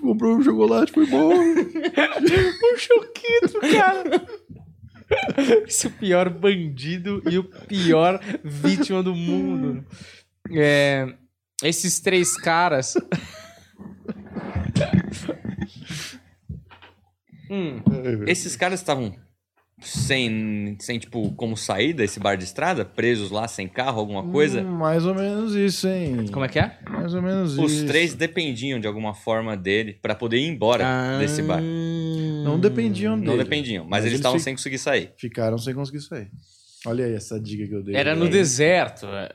Comprou um chocolate, foi bom. Um choquito, cara. Esse é o pior bandido e o pior vítima do mundo. É, esses três caras. Hum. Esses caras estavam sem, sem, tipo, como sair desse bar de estrada, presos lá, sem carro, alguma coisa. Hum, mais ou menos isso, hein? é Como é que é? Mais ou menos Os isso. três dependiam de alguma forma dele pra poder ir embora desse bar. Não Hum, dependiam Não dele. dependiam, Ah, mas, Mas eles eles estavam fi- sem conseguir sair. Ficaram sem conseguir sair. Olha aí essa dica que eu dei. Era no É. deserto. é.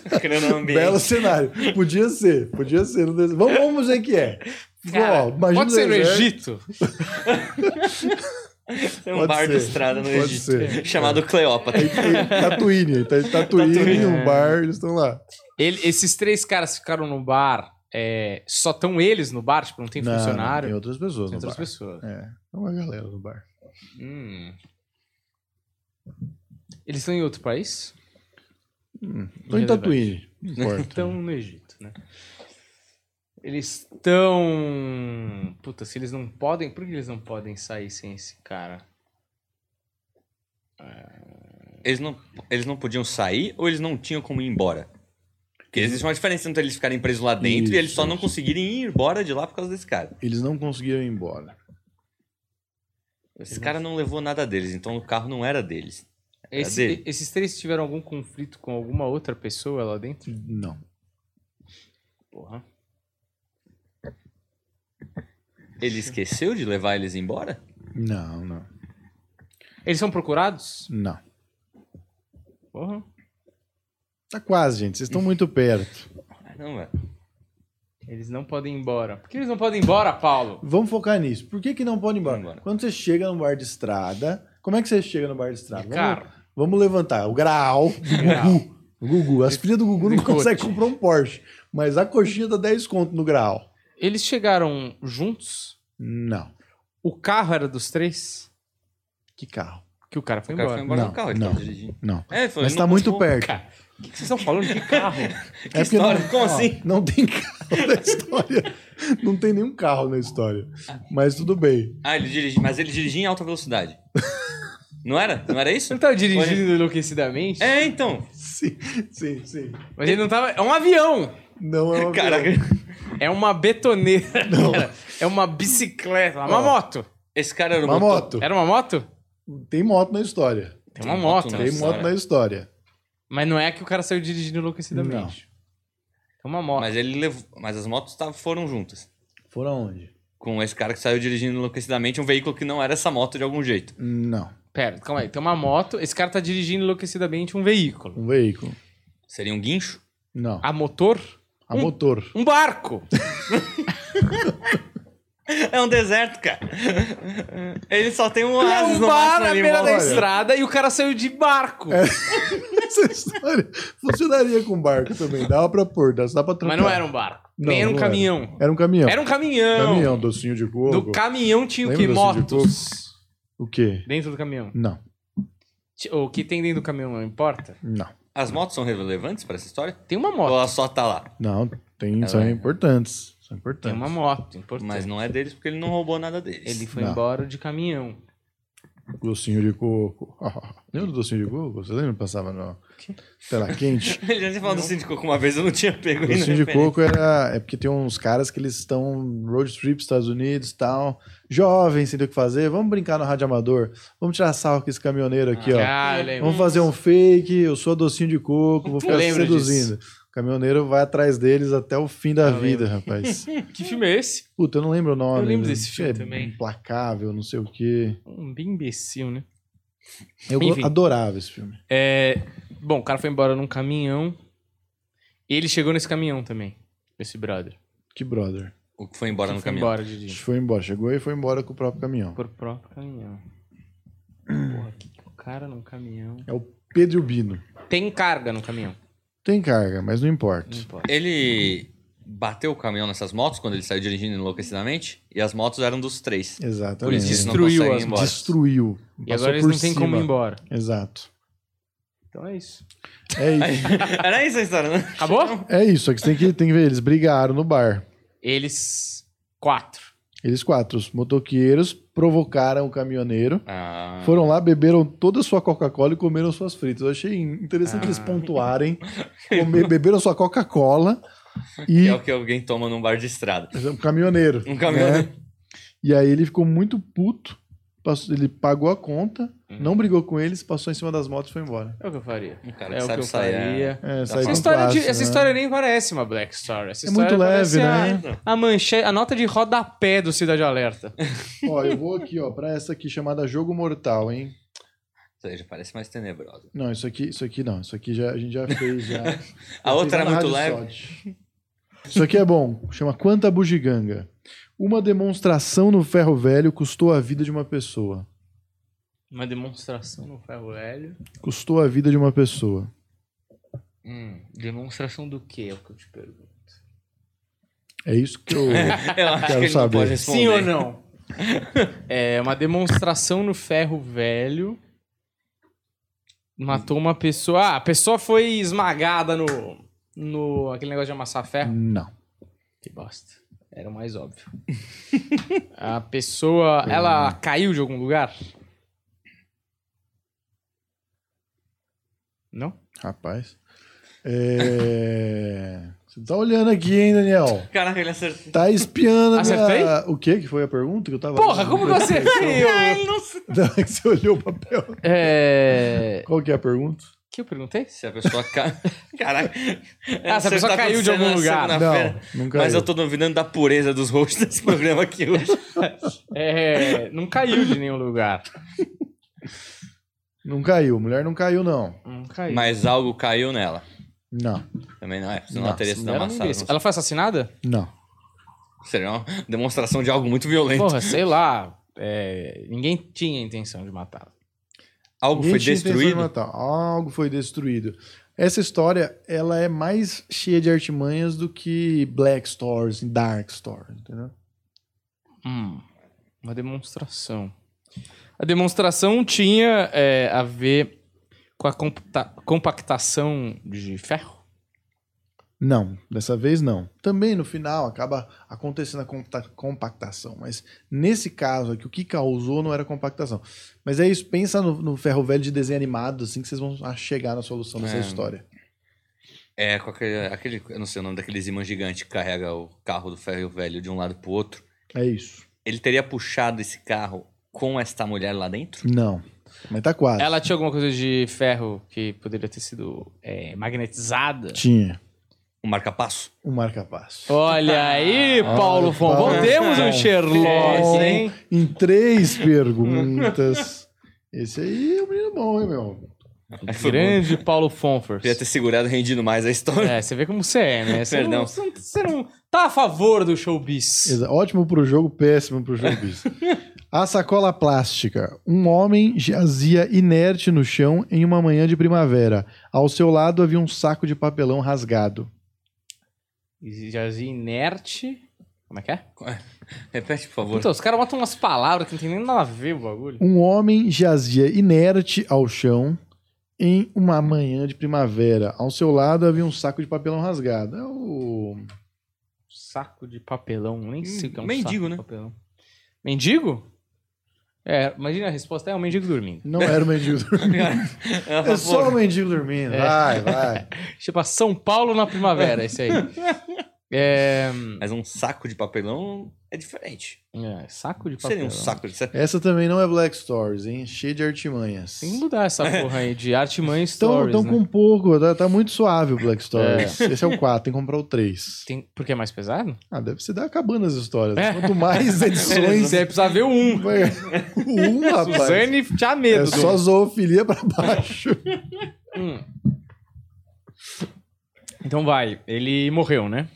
Criando um ambiente. Belo cenário. Podia ser, podia ser. no deserto. Vamos, vamos ver que é. Cara, Ó, imagina né? Pode ser o no deserto. Egito. Tem um Pode bar de ser, estrada no pode Egito ser. chamado Cleópatra. Tatuíne, tá em Tatuíne, Tatooine. um bar, eles estão lá. Ele- esses três caras ficaram no bar. é, só estão eles no bar? Tipo, não tem Não, funcionário? Tem outras pessoas tem no outras bar. pessoas. É, é uma galera no bar. Hum. Eles estão em outro país? Tô em Irrelevante. Tatuíne, não importa. Estão no Egito, né? Eles estão. Puta, se eles não podem. Por que eles não podem sair sem esse cara? Eles não, eles não podiam sair ou eles não tinham como ir embora? Porque existe uma diferença entre eles ficarem presos lá dentro Isso, e eles só não isso. conseguirem ir embora de lá por causa desse cara. Eles não conseguiram ir embora. Esse cara não levou nada deles, então o carro não era deles. Esse- dele. esses três tiveram algum conflito com alguma outra pessoa lá dentro? Não. Porra. Ele esqueceu de levar eles embora? Não, não. Eles são procurados? Não. Porra. Tá quase, gente. Vocês estão muito perto. Caramba. Eles não podem ir embora. Por que eles não podem ir embora, Paulo? Vamos focar nisso. Por que, que não pode ir embora? Vamos embora. Quando você chega no bar de estrada, como é que você chega no bar de estrada? De Vamos- carro. Vamos, levantar. O grau do Grau. Gugu. O Gugu. As filhas do Gugu não Zicote. conseguem comprar um Porsche, mas a coxinha dá 10 conto no grau. Eles chegaram juntos? Não. O carro era dos três? Que carro? Que o cara foi O cara embora. foi embora Não, no carro, ele tava não. dirigindo. Não. É, ele falou, Mas ele tá não muito conseguiu- perto. Cara, o que que vocês estão falando? Que carro? É porque não- história? Como ó, assim? Não tem carro na história. Não tem nenhum carro na história. Mas tudo bem. Ah, ele dirigiu, mas ele dirigia em alta velocidade. não era? Não era isso? Então. Você não tava dirigindo enlouquecidamente? É, então. Sim, sim, sim. Mas ele não tava. É um avião! Não é uma Cara, É uma betoneira. cara. É uma bicicleta. Uma Ó. moto. esse cara era o Uma motor- moto. Era uma moto? Tem moto na história. Tem uma moto. Tem Tem Nossa, moto né? na história. Mas não é que o cara saiu dirigindo enlouquecidamente. É uma moto. Mas ele levou. Mas as motos tavam- foram juntas. Foram aonde? Com esse cara que saiu dirigindo enlouquecidamente um veículo que não era essa moto de algum jeito. Não. Pera, calma aí. Tem uma moto. Esse cara tá dirigindo enlouquecidamente um veículo. Um veículo. Seria um guincho? Não. A motor? A motor. Um barco! É um deserto, cara. Ele só tem um É oásis um no bar máximo na ali, beira da uma- estrada e o cara saiu de barco. Essa história funcionaria com barco também. Dava pra pôr, dava- dá pra trocar. Mas não era um barco. Não, Nem era um não caminhão. Era um caminhão. Era, um caminhão. caminhão, docinho de coco. Do caminhão tinha o Lembra quê? do Cid Motos. O quê? Dentro do caminhão. Não, Ti- O que tem dentro do caminhão não importa? não. As motos são relevantes pra essa história? Tem uma Ou moto. ela só tá lá? Não, tem, são é- importantes. São Tem importantes. uma moto, importante. Mas não é deles porque ele não roubou nada deles. Ele foi Não. embora de caminhão. Docinho de coco. Lembra do docinho de coco? Você lembra que passava no... Tela quente? Ele já tinha falado do síndico uma vez, eu não tinha pego O docinho de referência. coco era, é porque tem uns caras que eles estão road trip Estados Unidos e tal, jovens, sem ter o que fazer, vamos brincar no rádio amador, vamos tirar sarro com esse caminhoneiro aqui, ó. Ah, eu lembro. Vamos fazer um fake, eu sou docinho de coco, vou ficar lembro seduzindo. O caminhoneiro vai atrás deles até o fim da Eu vida, rapaz. Que filme é esse? Puta, eu não lembro o nome. Eu lembro né? desse filme é também. Implacável, não sei o quê. Um bem imbecil, né? Eu Enfim. adorava esse filme. É... Bom, o cara foi embora num caminhão. E ele chegou nesse caminhão também. Esse brother. Que brother. O que foi embora Ele no foi caminhão. embora de A gente dirigindo. foi embora, chegou e foi embora com o próprio caminhão. Por próprio caminhão. Porra, que que o cara num caminhão. É o Pedro e o Bino. Tem carga no caminhão. Tem carga, mas não importa. Não importa. Ele bateu o caminhão nessas motos quando ele saiu dirigindo enlouquecidamente e as motos eram dos três. Por Exatamente. isso Eles não destruiu conseguem as ir embora. Destruiu. E Passou agora eles por não têm cima. como ir embora. Exato. Então é isso. É isso. Era isso a história, né? Acabou? é isso. Só que você tem que, tem que ver. Eles brigaram no bar. Eles. Quatro. Eles quatro, os motoqueiros, provocaram o caminhoneiro. Ah, Foram lá, beberam toda a sua Coca-Cola e comeram suas fritas. Eu achei interessante Ah. eles pontuarem. Comer- beberam sua Coca-Cola que e é o que alguém toma num bar de estrada. um caminhoneiro. É. Um caminhão. né? E aí ele ficou muito puto. passou- ele pagou a conta, Hum. não brigou com eles, passou em cima das motos e foi embora. É o que eu faria. Um cara é o que que sabe eu sair, é. faria. É, Essa saiu Essa com história, de- classe, essa né? história é nem parece uma Black Story. Essa É muito história leve, parece a- né? A manchete, a nota de rodapé do Cidade Alerta. Ó, eu vou aqui, ó, pra essa aqui chamada Jogo Mortal, hein? Ou seja, parece mais tenebrosa. Não, isso aqui, isso aqui não. Isso aqui já, a gente já fez. Já, já A fez lá outra é na muito Rádio leve. Sod. Isso aqui é bom. Chama Quanta Bugiganga. Uma demonstração no ferro velho custou a vida de uma pessoa. Uma demonstração no ferro velho. Custou a vida de uma pessoa. Hum, demonstração do que é o que eu te pergunto. É isso que eu. Eu Quero acho que ele não saber. pode responder. Sim ou não? é, uma demonstração no ferro velho. Matou uma pessoa. Ah, a pessoa foi esmagada no. no aquele negócio de amassar ferro. não. Que bosta. Era o mais óbvio. a pessoa. Ela caiu de algum lugar? Não? Rapaz. É... Você tá olhando aqui, hein, Daniel? Caraca, ele acertou. Tá espiando. a minha- Acertei? O que que foi a pergunta que eu tava. Porra, como que eu acertei? Eu- Não, é que você olhou o papel. É. Qual que é a pergunta? que eu perguntei? Se a pessoa cai. Caraca. Ah, se a pessoa caiu de algum lugar. Não. Não, nunca. Mas eu tô duvidando da pureza dos hosts desse programa aqui hoje. É. Não caiu de nenhum lugar. Não caiu, mulher não caiu, não. Não caiu. Mas algo caiu nela. Não, Também não é. Senão Não, ela teria sido Ela não amassada. disse. Ela foi assassinada? não. Seria uma demonstração de algo muito violento. Porra, sei lá. É, ninguém tinha intenção de matá-la. algo Ninguém foi tinha intenção de destruído. matar. tá. Algo foi destruído. Essa história, ela é mais cheia de artimanhas do que Black Stories e Dark Stories, entendeu? Hum, uma demonstração. A demonstração tinha é, a ver com a compta- compactação de ferro? Não, dessa vez não. Também no final acaba acontecendo a compta- compactação, mas nesse caso aqui, o que causou não era compactação. Mas é isso, pensa no, no ferro velho de desenho animado, assim que vocês vão a- chegar na solução dessa É. história. É, com aquele, aquele- Eu não sei o nome daqueles imãs gigantes que carrega o carro do ferro velho de um lado pro outro. É isso. Ele teria puxado esse carro com esta mulher lá dentro? Não. Mas tá quase. Ela tinha alguma coisa de ferro que poderia ter sido é, magnetizada? tinha O marca-passo? um marca-passo. Olha aí, Ah, Paulo Fon. Paulo Voltemos um Fon. Sherlock, hein? Em três perguntas. Esse aí é um menino bom, hein, meu? Grande Paulo Fonfors. Podia ter segurado rendido mais a história. É, você vê como você é, né? Você Perdão. Não, você, não, você não tá a favor do showbiz. Exa- Ótimo pro jogo, péssimo pro jogo. A sacola plástica. Um homem jazia inerte no chão em uma manhã de primavera. Ao seu lado havia um saco de papelão rasgado. Jazia é inerte. Como é que é? Repete, por favor. Puta, Então, os caras botam umas palavras que não tem nem nada a ver o bagulho. Um homem jazia inerte ao chão em uma manhã de primavera. Ao seu lado havia um saco de papelão rasgado. É o. Saco de papelão, nem sei o que é um mendigo, saco de né? papelão. Mendigo? É, imagina a resposta é um mendigo dormindo. Não era o mendigo dormindo. É só o mendigo dormindo. É. Vai, vai. Tipo, a São Paulo na primavera, esse aí. É, Mas um saco de papelão é diferente. é, saco de Não seria papelão. um saco de... Essa também não é Black Stories, hein? Cheia de artimanhas. Tem que mudar essa É. porra aí de arte mãe Estão stories, estão né? com um pouco, tá, tá muito suave o Black Stories. Esse é o 4, tem que comprar o 3. Tem- Porque é mais pesado? Ah, deve ser dar acabando as histórias. É. Quanto mais edições. Você precisa ver o um. vai- O 1, rapaz. Suzane tinha medo É do um. só zoofilia pra baixo. Hum. Então vai, ele morreu, né?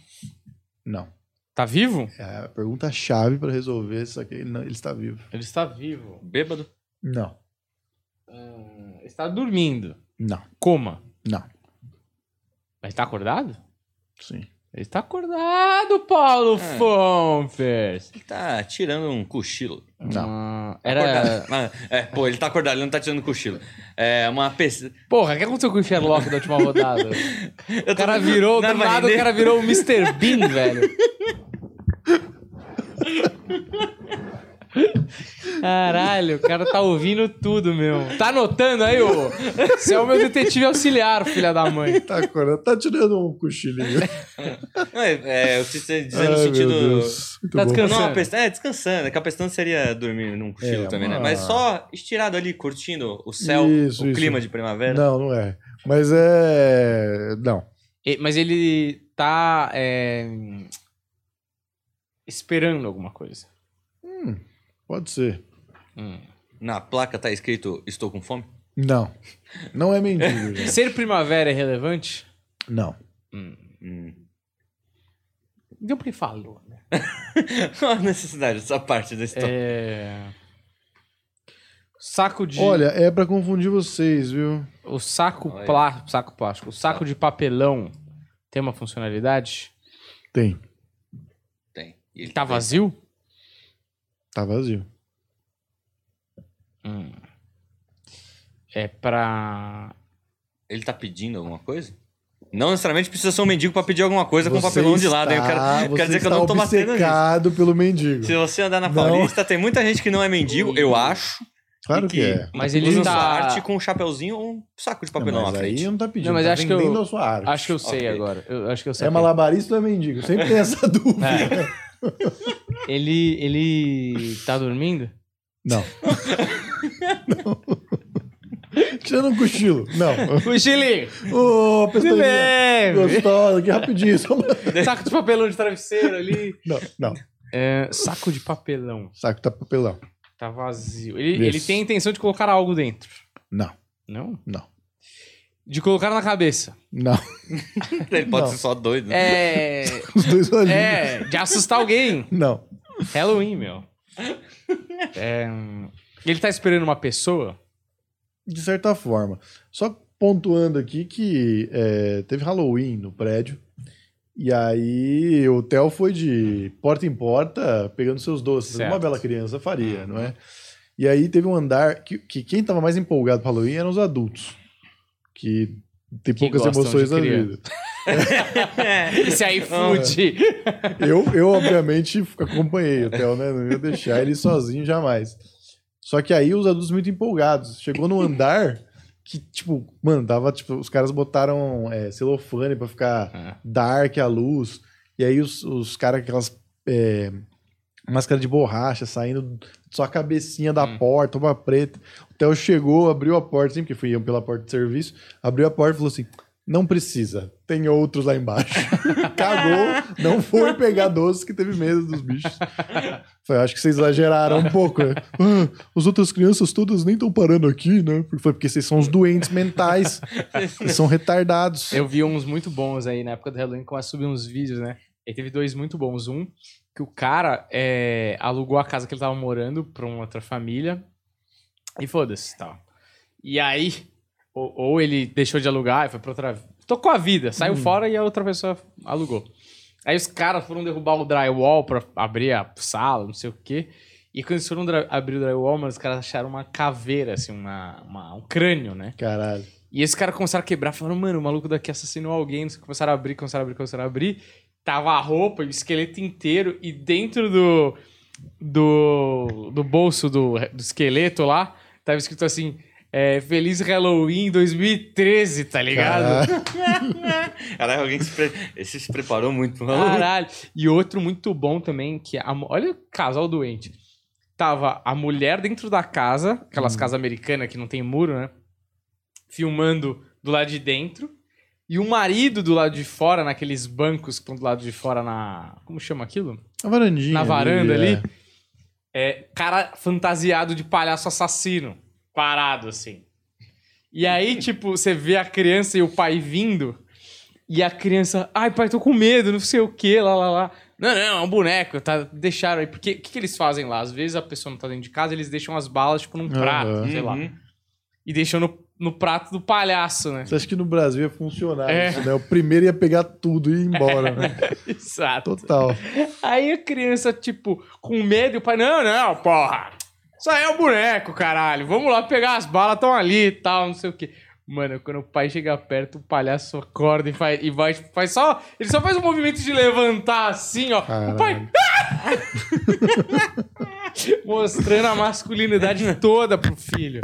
Não. Tá vivo? É a pergunta-chave pra resolver, só que ele, não- ele está vivo. Ele está vivo. Bêbado? Não. Ah, está dormindo. Não. Coma. Não. Mas tá acordado? Sim. Ele tá acordado, Paulo É. Fonfers. Ele tá tirando um cochilo. Não. Ah, Acordado. era. Ah, É, pô, ele tá acordado, ele não tá tirando cochilo. É uma pessoa... Porra, o que aconteceu com o Sherlock da última rodada? Eu O cara virou, do nada o cara virou o Mr. Bean, velho. Caralho, o cara tá ouvindo tudo, meu. Tá anotando aí, ô? Você é o meu detetive auxiliar, filha da mãe. Tá, acordando, tá tirando um cochilinho. Não, é, é, eu quis dizer no Ai, meu sentido. Deus, muito Tá bom. descansando. Não, a pesta- é, descansando. É que a pestana seria dormir num cochilo É, também, né? uma- Mas só estirado ali, curtindo o céu, Isso, o isso. clima de né? primavera. Não, não é. Mas é. Não. E- Mas ele tá é, hum, esperando alguma coisa. Pode ser. Hum. Na placa tá escrito Estou com fome? Não. Não é mendigo. gente. Ser primavera é relevante? Não. Hum. Deu porque falou, né? Qual a necessidade dessa parte da história? É... Saco de... Olha, é pra confundir vocês, viu? O saco, Olha. plá- saco plástico, o saco de papelão tem uma funcionalidade? Tem. Tem. E Ele tá vazio? Tá vazio. É pra. Ele tá pedindo alguma coisa? Não necessariamente precisa ser um mendigo pra pedir alguma coisa com um papelão de lado. hein? Eu está- quero, você quero dizer que eu está não tô batendo nisso. obcecado pelo mendigo. Se você andar na Não. Paulista, tem muita gente que não é mendigo, eu acho. Claro e que, é. Mas Ele ele usa tá. arte com um chapeuzinho ou um saco de papelão Não, na mas frente. aí não tá pedindo. Não, mas tá acho que eu- vendendo a sua arte. Acho que eu sei Ok. agora. Eu acho que É. eu sei. É malabarista ou é mendigo? Sempre tem essa dúvida. Ele. Ele. tá dormindo? Não. Não. Tirando um cochilo. Não. Cochilinho! Ô, De pessoa leve! gostosa, que rapidinho. só uma- Saco de papelão de travesseiro ali. Não, não. É, saco de papelão. Saco tá papelão. Tá vazio. Ele, ele Isso. tem a intenção de colocar algo dentro. Não, Não? Não. De colocar na cabeça. não. Ele Não. pode ser só doido. né? É. Os dois olhinhos. É, de assustar alguém. Não. Halloween, meu. É, ele tá esperando uma pessoa? De certa forma. Só pontuando aqui que é, teve Halloween no prédio. E aí o Theo foi de porta em porta pegando seus doces. Certo. Hum. Uma bela criança faria, não é? E aí teve um andar que, que quem tava mais empolgado pro Halloween eram os adultos. Que tem Que poucas gostam emoções de na criança. vida. É. Esse Ah. aí fude. Eu, eu obviamente, acompanhei o Theo, né? Não ia deixar ele sozinho jamais. Só que aí os adultos muito empolgados. Chegou no andar que, tipo, mano, tava, tipo, os caras botaram é, celofane pra ficar Ah. dark a luz. E aí os, os caras com aquelas é, máscara de borracha saindo só a cabecinha da Hum. porta, uma preta. O Theo chegou, abriu a porta, sempre que fui eu pela porta de serviço, abriu a porta e falou assim: não precisa, tem outros lá embaixo. Cagou, não foi pegar doce que teve medo dos bichos. Falei, acho que vocês exageraram um pouco. Né? Ah, as outras crianças todas nem estão parando aqui, né? Porque foi porque vocês são os doentes mentais, É. vocês são retardados. Eu vi uns muito bons aí na época do Halloween, começa a subir uns vídeos, né? E teve dois muito bons. Um, que o cara é, alugou a casa que ele tava morando pra uma outra família. E foda-se, tal. E aí, ou, ou ele deixou de alugar e foi pra outra. Tocou a vida, saiu fora e a outra pessoa alugou. Aí os caras foram derrubar o drywall pra abrir a sala, não sei o quê. E quando eles foram dra- abrir o drywall, mano, os caras acharam uma caveira, assim, uma- uma, um crânio, né? Caralho. E esses caras começaram a quebrar, falaram, mano, o maluco daqui assassinou alguém, não sei o que, começaram a abrir, começaram a abrir, começaram a abrir. Tava a roupa, o esqueleto inteiro, e dentro do. do. do bolso do, do esqueleto lá, tava escrito assim. é, Feliz Halloween 2013, tá ligado? Caralho. Caralho, alguém se, pre... Esse se preparou muito. pro Halloween. Caralho. E outro muito bom também, que é a, mu- olha o casal doente. Tava a mulher dentro da casa, aquelas casas americanas que não tem muro, né? Filmando do lado de dentro. E o marido do lado de fora, naqueles bancos que estão do lado de fora na. Como chama aquilo? Na varandinha. Na varanda é. ali. É, cara fantasiado de palhaço assassino. Parado, assim. E aí, tipo, você vê a criança e o pai vindo. E a criança, ai, pai, tô com medo, não sei o que, lá, lá, lá. Não, não, é um boneco, tá, deixaram aí. Porque o que, que eles fazem lá? Às vezes a pessoa não tá dentro de casa, eles deixam as balas, tipo, num Aham. prato, sei lá. Uhum. E deixam no, no prato do palhaço, né? Você acha que no Brasil ia funcionar É. isso, né? O primeiro ia pegar tudo e ir embora, né? Exato. Total. Aí a criança, tipo, com medo, e o pai, não, não, porra. Isso aí é um boneco, caralho. Vamos lá pegar as balas, estão ali e tal, não sei o quê. Mano, quando o pai chega perto, o palhaço acorda e faz, e vai, faz só. Ele só faz um movimento de levantar assim, ó. O pai. Caralho. "Ah!" Mostrando a masculinidade toda pro filho.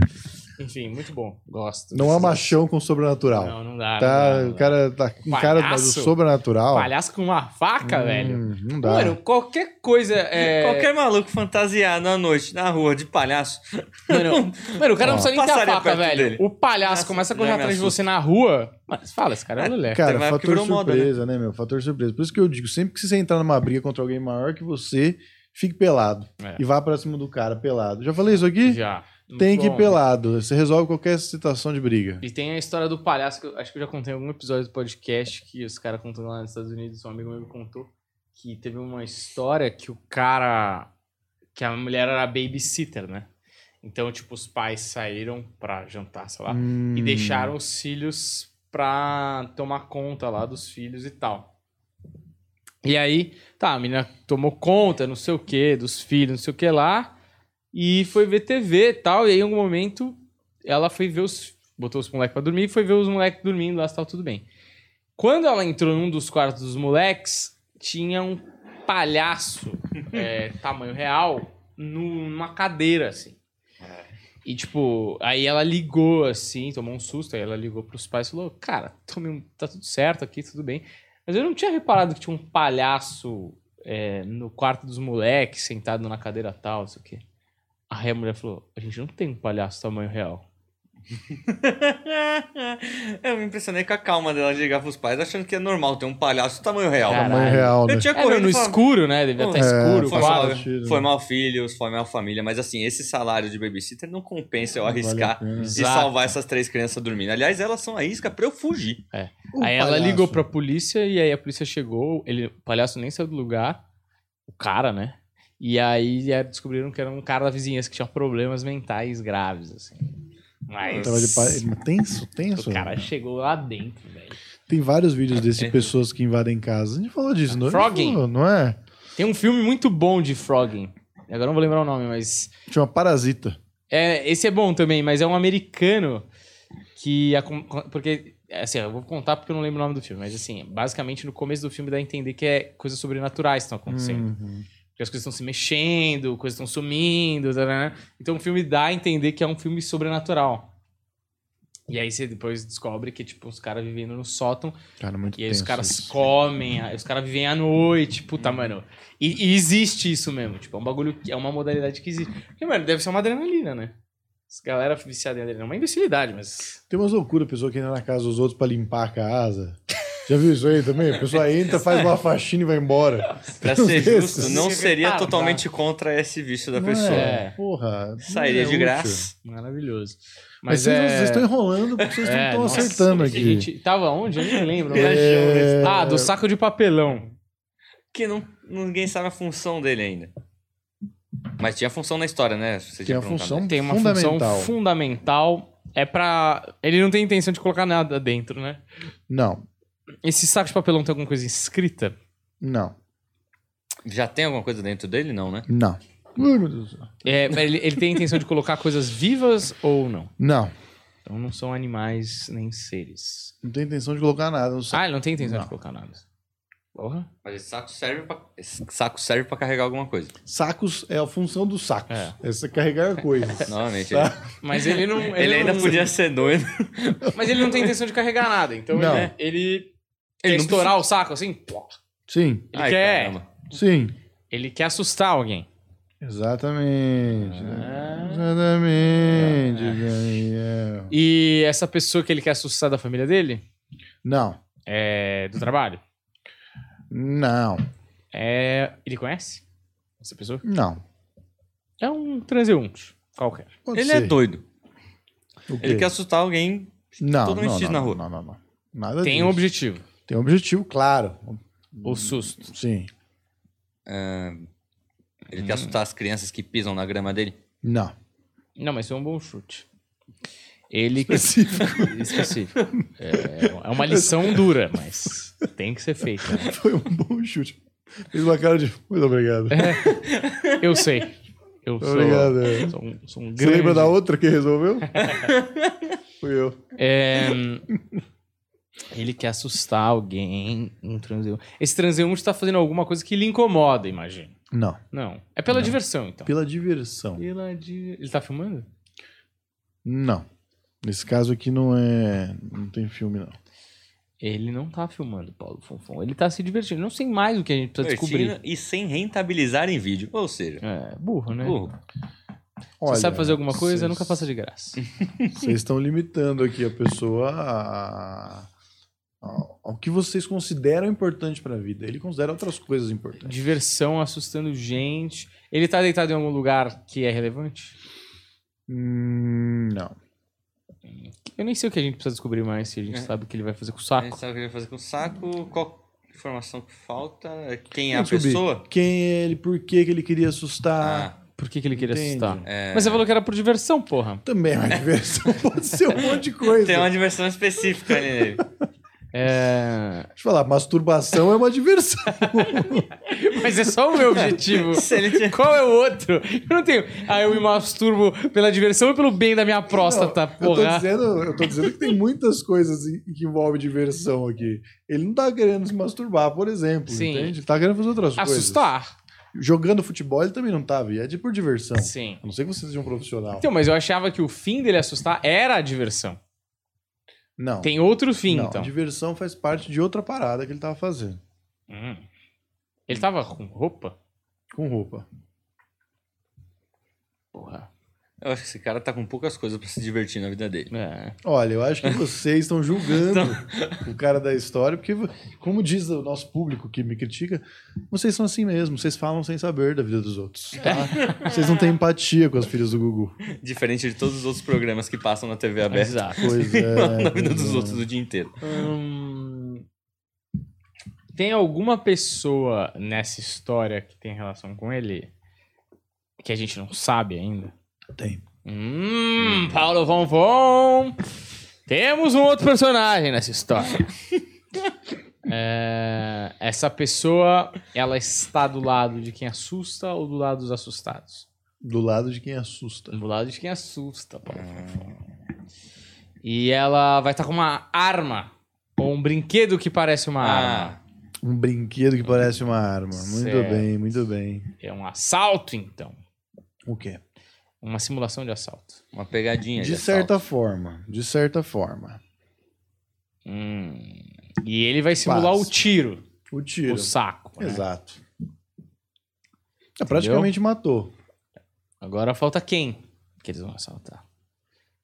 Enfim, muito bom. Gosto. Não há machão com sobrenatural. Não, não dá. tá, não dá, não o dá. cara tá com cara do Palhaço? sobrenatural. Palhaço com uma faca, Hum, velho. Não dá. Mano, qualquer coisa. É... Qualquer maluco fantasiado à noite, na rua, de palhaço, Mano, mano, o cara Ó. não precisa nem ter a Passaria faca, perto velho. dele. O palhaço Nossa, começa a já correr me é atrás de assusta. você na rua. Mano, você fala, esse cara é lulé. Cara, Teve uma época que fator virou moda, surpresa, né? meu? Fator surpresa. Por isso que eu digo, sempre que você entrar numa briga contra alguém maior que você, fique pelado. É. E vá pra cima do cara pelado. Já falei isso aqui? Já. Tem que ir Bom, né? pelado. Você resolve qualquer situação de briga. E tem a história do palhaço, que eu acho que eu já contei em algum episódio do podcast que os caras contando lá nos Estados Unidos, um amigo meu me contou, que teve uma história que o cara. que a mulher era babysitter, né? Então, tipo, os pais saíram pra jantar, sei lá, e Hum. deixaram os filhos pra tomar conta lá dos filhos e tal. E aí, tá, a menina tomou conta, não sei o que, dos filhos, não sei o que lá, e foi ver TV e tal, e aí em algum momento ela foi ver os... botou os moleques pra dormir e foi ver os moleques dormindo lá, se tava tudo bem. Quando ela entrou num dos quartos dos moleques, tinha um palhaço é, tamanho real nu- numa cadeira, assim. E, tipo, aí ela ligou, assim, tomou um susto, aí ela ligou pros pais e falou, cara, tomei um- tá tudo certo aqui, tudo bem. Mas eu não tinha reparado que tinha um palhaço é, no quarto dos moleques, sentado na cadeira tal, não sei o quê. Aí a mulher falou, a gente não tem um palhaço tamanho real. eu me impressionei com a calma dela de ligar pros pais, achando que é normal ter um palhaço do tamanho real. Cara, Tamanho Caralho. real, né? eu tinha É, meu, corrido no e falava, escuro, né? Devia estar É, escuro, o foi, faz quadro. mal, sentido, né? foi mal filhos, foi mal família, mas assim, esse salário de babysitter não compensa eu Não vale a arriscar pena. e Exato. salvar essas três crianças dormindo. Aliás, elas são a isca pra eu fugir. O aí ela Um palhaço. ligou pra polícia e aí a polícia chegou, ele, o palhaço nem saiu do lugar, o cara, né? E aí é, descobriram que era um cara da vizinhança que tinha problemas mentais graves, assim. Mas Tava de pa- Tenso, tenso. o cara chegou lá dentro, velho. Tem vários vídeos desse de pessoas que invadem casa. A gente falou disso, não É. é? Frogging. Falou, Não é? Tem um filme muito bom de Frogging. Agora eu não vou lembrar o nome, mas... Chama Parasita. É, esse é bom também, mas é um americano que. acon- Porque, assim, eu vou contar porque eu não lembro o nome do filme, mas assim, basicamente no começo do filme dá a entender que é coisas sobrenaturais que estão acontecendo. Uhum. Porque as coisas estão se mexendo, coisas estão sumindo, tarará. então o filme dá a entender que é um filme sobrenatural. E aí você depois descobre que, tipo, os caras vivendo no sótão Cara, muito e aí os tenso caras isso. comem, aí os caras vivem à noite, puta, mano. E, e existe isso mesmo, tipo, é um bagulho, que- é uma modalidade que existe. Porque, mano, deve ser uma adrenalina, né? Essa galera viciada em adrenalina, é uma imbecilidade, mas... Tem umas loucuras, pessoa que entra na casa dos outros pra limpar a casa. Já viu isso aí também? A pessoa entra, faz uma faxina e vai embora. Pra ser Isso. justo, não Isso é seria retardado. totalmente contra esse vício da Não pessoa. É, porra. não Sairia é de útil. graça. Maravilhoso. Mas, Mas, vocês, é... vocês estão enrolando porque vocês não é, estão nossa, acertando a aqui. gente tava onde? Eu nem lembro. mas- É, Ah, do saco de papelão. que não, ninguém sabe a função dele ainda. Mas tinha função na história, né? Você Tem tinha a perguntado. função Tem uma fundamental. função fundamental. É pra... Ele não tem intenção de colocar nada dentro, né? Não, Esse saco de papelão tem alguma coisa escrita? não, Já tem alguma coisa dentro dele? Não, né? não. Ai, meu Deus do céu. É, ele, ele tem a intenção de colocar coisas vivas ou não? Não, Então não são animais nem seres. não tem intenção de colocar nada no saco. Ah, ele não tem intenção Não. de colocar nada. Porra. Mas esse saco serve pra, esse saco serve pra carregar alguma coisa. Sacos é a função dos sacos. É. É, você carregar coisas. Novamente. Tá. Ele, Mas ele não. Ele, ele não- ainda podia ser doido. Mas ele não tem intenção de carregar nada. Então Não. ele, ele quer Ele não estourar o saco assim. pô. Sim, Ele Ai, quer. caramba. sim. Ele quer assustar alguém. Exatamente. Ah. Exatamente, Ah. Daniel. E essa pessoa que ele quer assustar da família dele? Não, É. Do trabalho? não, É. Ele conhece? Essa pessoa? não. É um transeunte. Qualquer. Pode Ele ser. É. é doido. O quê? Ele quer assustar alguém. não, todo não, mundo não, na rua. Não, não, não. Nada Tem disso. um objetivo. Tem um objetivo, claro. Hum. O susto. Sim. Ele Hum. quer assustar as crianças que pisam na grama dele. Não. Não, mas foi um bom chute. Ele Específico. específico. É, é uma lição dura, mas tem que ser feita. né? Foi um bom chute. Fez uma cara de. Muito obrigado. É, Eu sei. Eu sou, Obrigado, é. sou um, sou um Você grande. lembra da outra que resolveu? Fui eu. É, ele quer tá assustar alguém, um transeunte. Esse transeunte está fazendo alguma coisa que lhe incomoda, imagino. Não. Não. É pela Não. diversão, então. Pela diversão. Pela di- Ele tá filmando? Não. Nesse caso aqui não é. Não tem filme, não. Ele não tá filmando, Paulo Fonfon. Ele tá se divertindo. Não sei mais o que a gente precisa descobrir. Divertindo E sem rentabilizar em vídeo. Ou seja, É, burro, né? burro. Você sabe fazer alguma coisa, cês- nunca faça de graça. Vocês estão limitando aqui a pessoa a- a- ao, ao que vocês consideram importante pra vida. Ele considera outras coisas importantes. Diversão, assustando gente. Ele tá deitado em algum lugar que é relevante? Hum, não. Eu nem sei o que a gente precisa descobrir mais, se a gente É. sabe o que ele vai fazer com o A saco. gente sabe o que ele vai fazer com o saco. Qual informação que falta? Quem é a Vamos descobrir pessoa? Quem é ele? Por que, que ele queria assustar? Ah, Por que, que ele queria Entendi. assustar? Mas você falou que era por diversão, porra. Também é uma diversão. Pode ser um monte de coisa. Ah. tem uma diversão específica ali. nele. É... Deixa eu falar, masturbação é uma diversão. Mas é só o meu objetivo. Se ele tiver- Qual é o outro? Eu não tenho. Ah, eu me masturbo pela diversão e pelo bem da minha próstata, Não, Eu tô, porra. dizendo, eu tô dizendo que tem muitas coisas em- que envolvem diversão aqui. Ele não tá querendo se masturbar, por exemplo, Sim. entende? Ele tá querendo fazer outras coisas. Assustar? Jogando futebol ele também não tava, e é de por diversão. Sim. A não ser que você seja um profissional. Então, mas eu achava que o fim dele assustar era a diversão. não. Tem outro fim, não. então. Diversão faz parte de outra parada que ele tava fazendo. Hum. Ele tava com roupa? Com roupa. Porra. Eu acho que esse cara tá com poucas coisas pra se divertir na vida dele. É. Olha, eu acho que vocês estão julgando Então. o cara da história, porque, como diz o nosso público que me critica, vocês são assim mesmo, vocês falam sem saber da vida dos outros. É. tá? vocês não têm empatia com as filhas do Gugu. Diferente de todos os outros programas que passam na Tá TV aberta. Exato. Pois é. na vida pois dos é. outros o dia inteiro. Hum, Tem alguma pessoa nessa história que tem relação com ele que a gente não sabe ainda? Tem. Hum, Paulo Von Von. Temos um outro personagem nessa história. É, essa pessoa, ela está do lado de quem assusta ou do lado dos assustados? Do lado de quem assusta. Do lado de quem assusta, Paulo. E ela vai estar com uma arma. Ou um brinquedo que parece uma arma. Ah, Um brinquedo que parece uma arma. Muito Certo. bem, muito bem. É um assalto, então. O quê? Uma simulação de assalto. uma pegadinha. De assalto. certa forma. De certa forma. Hum. E ele vai simular Quase. o tiro, O tiro. o saco. né? Exato. É, praticamente matou. Agora falta quem que eles vão assaltar.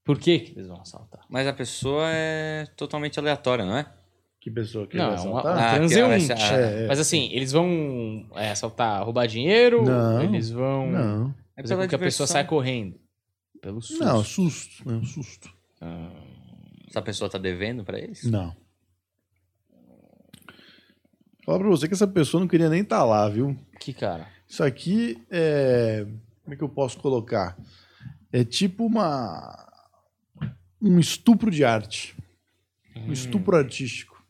Por que, que eles vão assaltar? Mas a pessoa é totalmente aleatória, não é? Que pessoa que Não, ele é vai um- assaltar? Ah, que ela vai transeunte. ser- ah, É, é. Mas assim, eles vão é, assaltar, roubar dinheiro? Não. Eles vão Não. é fazer pela com que a pessoa diversão. saia correndo. Pelo susto. Não, susto. Não, susto. Essa pessoa tá devendo pra eles? Não. Fala pra você que essa pessoa não queria nem estar lá, viu? Que cara. Isso aqui é. Como é que eu posso colocar? É tipo uma. Um estupro de arte. Hum. Um estupro artístico.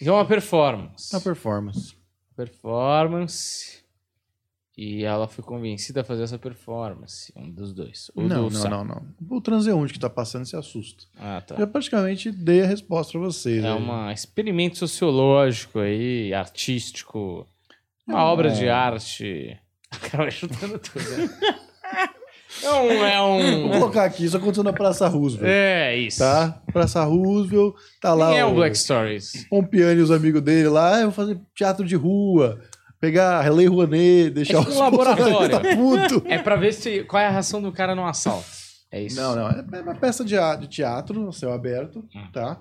Então é uma performance. Na performance. performance. E ela foi convencida a fazer essa performance. Um dos dois. O não, do não, Sa- não, não. O transeunte que tá passando se assusta. Ah, tá. Já praticamente dei a resposta pra vocês. né? É aí. um experimento sociológico aí, artístico. Uma É. obra de arte. A cara vai chutando tudo. né? É um. É Vou um. colocar aqui, isso aconteceu na Praça Roosevelt. É isso. Tá? Praça Roosevelt, tá lá. Quem é o o Black Stories? Pompiani e os amigos dele lá, "Ah, eu vou fazer teatro de rua, pegar Relay Rouanet, deixar tipo os um laboratório. bolsonaristas puto. É pra ver se, qual é a reação do cara no assalto. É isso. Não, não, é é uma peça de a- de teatro, a céu aberto, Hum. tá?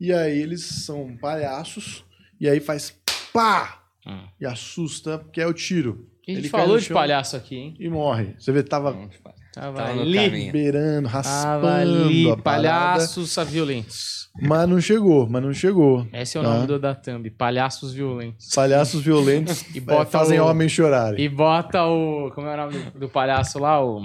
E aí eles são palhaços, e aí faz pá! Hum. E assusta, porque é o tiro, A gente Ele cai falou no de chão. palhaço aqui, hein? e morre. Você vê, tava Tava, Tava no ali. caminho. beirando, raspando Tava ali. a parada, Palhaços a violentos. mas não chegou, mas não chegou. Esse é o Tá. nome do da thumb. Palhaços violentos. Palhaços violentos E eh, bota fazem o- homens chorarem. E bota o. Como é o nome do, do palhaço lá? O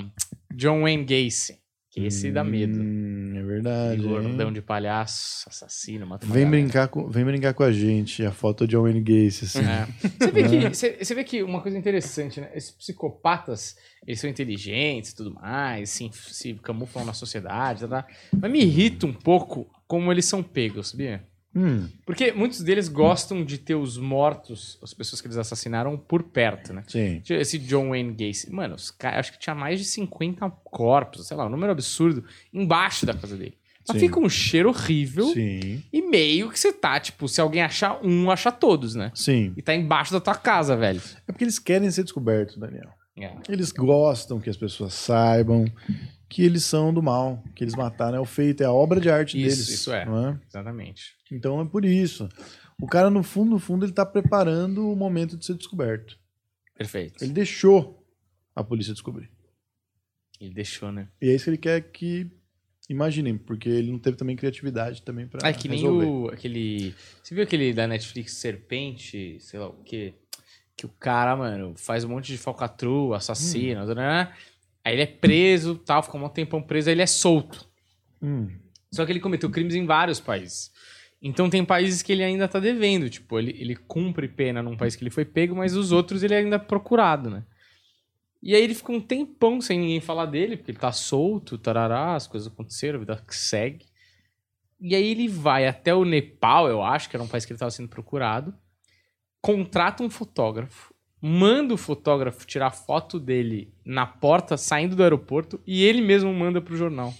John Wayne Gacy. Que esse dá medo. Hum, é E verdade. hein? Gordão de palhaço, assassino, mata uma Vem galera. brincar, com, vem brincar com a gente, a foto de Owen Gacy, assim. É. Você, vê Né? que, você, você vê que uma coisa interessante, né? Esses psicopatas, eles são inteligentes e tudo mais, se, inf- se camuflam na sociedade, tá, tá. mas me irrita um pouco como eles são pegos, sabia? Hum, Porque muitos deles gostam de ter os mortos, as pessoas que eles assassinaram, por perto, né? sim. Esse John Wayne Gacy, mano, os ca- acho que tinha mais de 50 corpos, sei lá, um número absurdo, embaixo da casa dele. Mas Sim. fica um cheiro horrível Sim. e meio que você tá, tipo, se alguém achar um, achar todos, né? Sim. E tá embaixo da tua casa, velho. É porque eles querem ser descobertos, Daniel. É, Eles gostam que as pessoas saibam que eles são do mal, que eles mataram. É o feito, é a obra de arte Isso, deles. isso é. não Exatamente. Então é por isso. O cara, no fundo, no fundo, ele tá preparando o momento de ser descoberto. Perfeito. Ele deixou a polícia descobrir. Ele deixou, né? E é isso que ele quer que imaginem, porque ele não teve também criatividade também para Ah, é que nem resolver. o, aquele... Você viu aquele da Netflix, Serpente, sei lá o quê? Que o cara, mano, faz um monte de falcatrua, assassina, né? aí ele é preso, tal, fica um maior tempão preso, aí ele é solto. Hum, Só que ele cometeu crimes em vários países. Então tem países que ele ainda tá devendo, tipo, ele, ele cumpre pena num país que ele foi pego, mas os outros ele ainda é procurado, né? E aí ele fica um tempão sem ninguém falar dele, porque ele tá solto, tarará, as coisas aconteceram, a vida que segue. E aí ele vai até o Nepal, eu acho, que era um país que ele tava sendo procurado, contrata um fotógrafo, manda o fotógrafo tirar foto dele na porta, saindo do aeroporto, e ele mesmo manda pro jornal.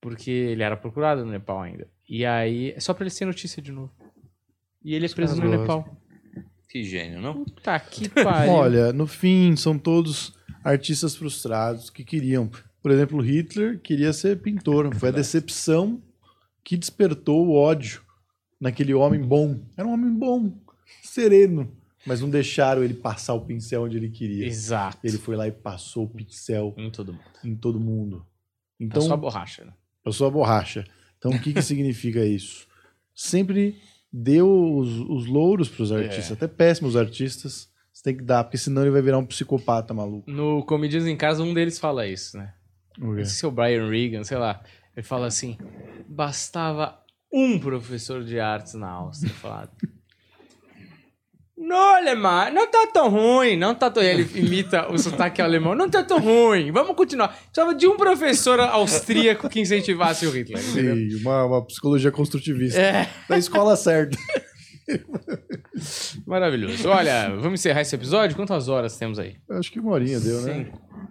Porque ele era procurado no Nepal ainda. E aí, é só pra ele ser notícia de novo. E ele é preso no caras Nepal. Que gênio, não? Puta que pariu. Olha, no fim, são todos artistas frustrados que queriam. Por exemplo, Hitler queria ser pintor. Foi a decepção que despertou o ódio naquele homem bom. Era um homem bom, sereno. Mas não deixaram ele passar o pincel onde ele queria. Exato. Ele foi lá e passou o pincel Em todo mundo. em todo mundo. Então, Então, só borracha, né? eu sou a borracha. Então, o que, que significa isso? Sempre dê os, os louros para os artistas, até péssimos artistas. Você tem que dar, porque senão ele vai virar um psicopata maluco. No Comedians em Casa, um deles fala isso, né? Não sei se é o Brian Regan, sei lá. Ele fala assim: bastava um professor de artes na Áustria. Falar. Não, alemão, não tá tão ruim, não tá tão. Ele imita o sotaque alemão, não tá tão ruim, vamos continuar. Precisava de um professor austríaco que incentivasse o Hitler. entendeu? Sim, uma, uma psicologia construtivista. É. Da escola certa. Maravilhoso. Olha, vamos encerrar esse episódio? Quantas horas temos aí? Eu Acho que uma horinha deu, né?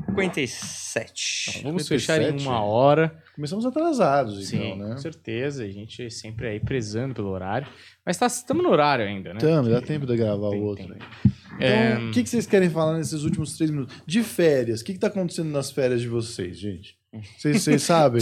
57. Vamos 57, fechar em uma né? hora. Começamos atrasados, Sim, então, né? com certeza. A gente sempre aí prezando pelo horário. Mas tá- estamos no horário ainda, né? Tamo, dá tempo de gravar Tem, o outro. tem. É, né? Então, o que, que vocês querem falar nesses últimos três minutos? De férias, o que, que tá acontecendo nas férias de vocês, gente? Vocês vocês sabem?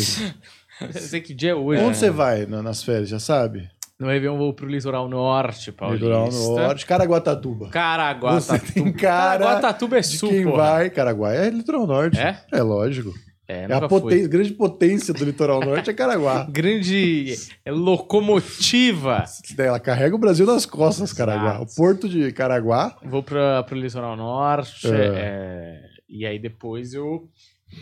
Eu sei que dia é hoje. Então, Onde você vai na- nas férias, já sabe? No Réveillon vou um pro litoral norte, paulista. Litoral Norte, Caraguatatuba. Você Caraguatatuba. tem cara Caraguatatuba é De sul, quem porra. vai, Caraguá é litoral norte. É? lógico. É, é a nunca fui. poten- grande potência do litoral norte é Caraguá. Grande é, locomotiva. Ela carrega o Brasil nas costas, Caraguá. Exato. O porto de Caraguá. Vou pra, pro litoral norte. é, e aí depois eu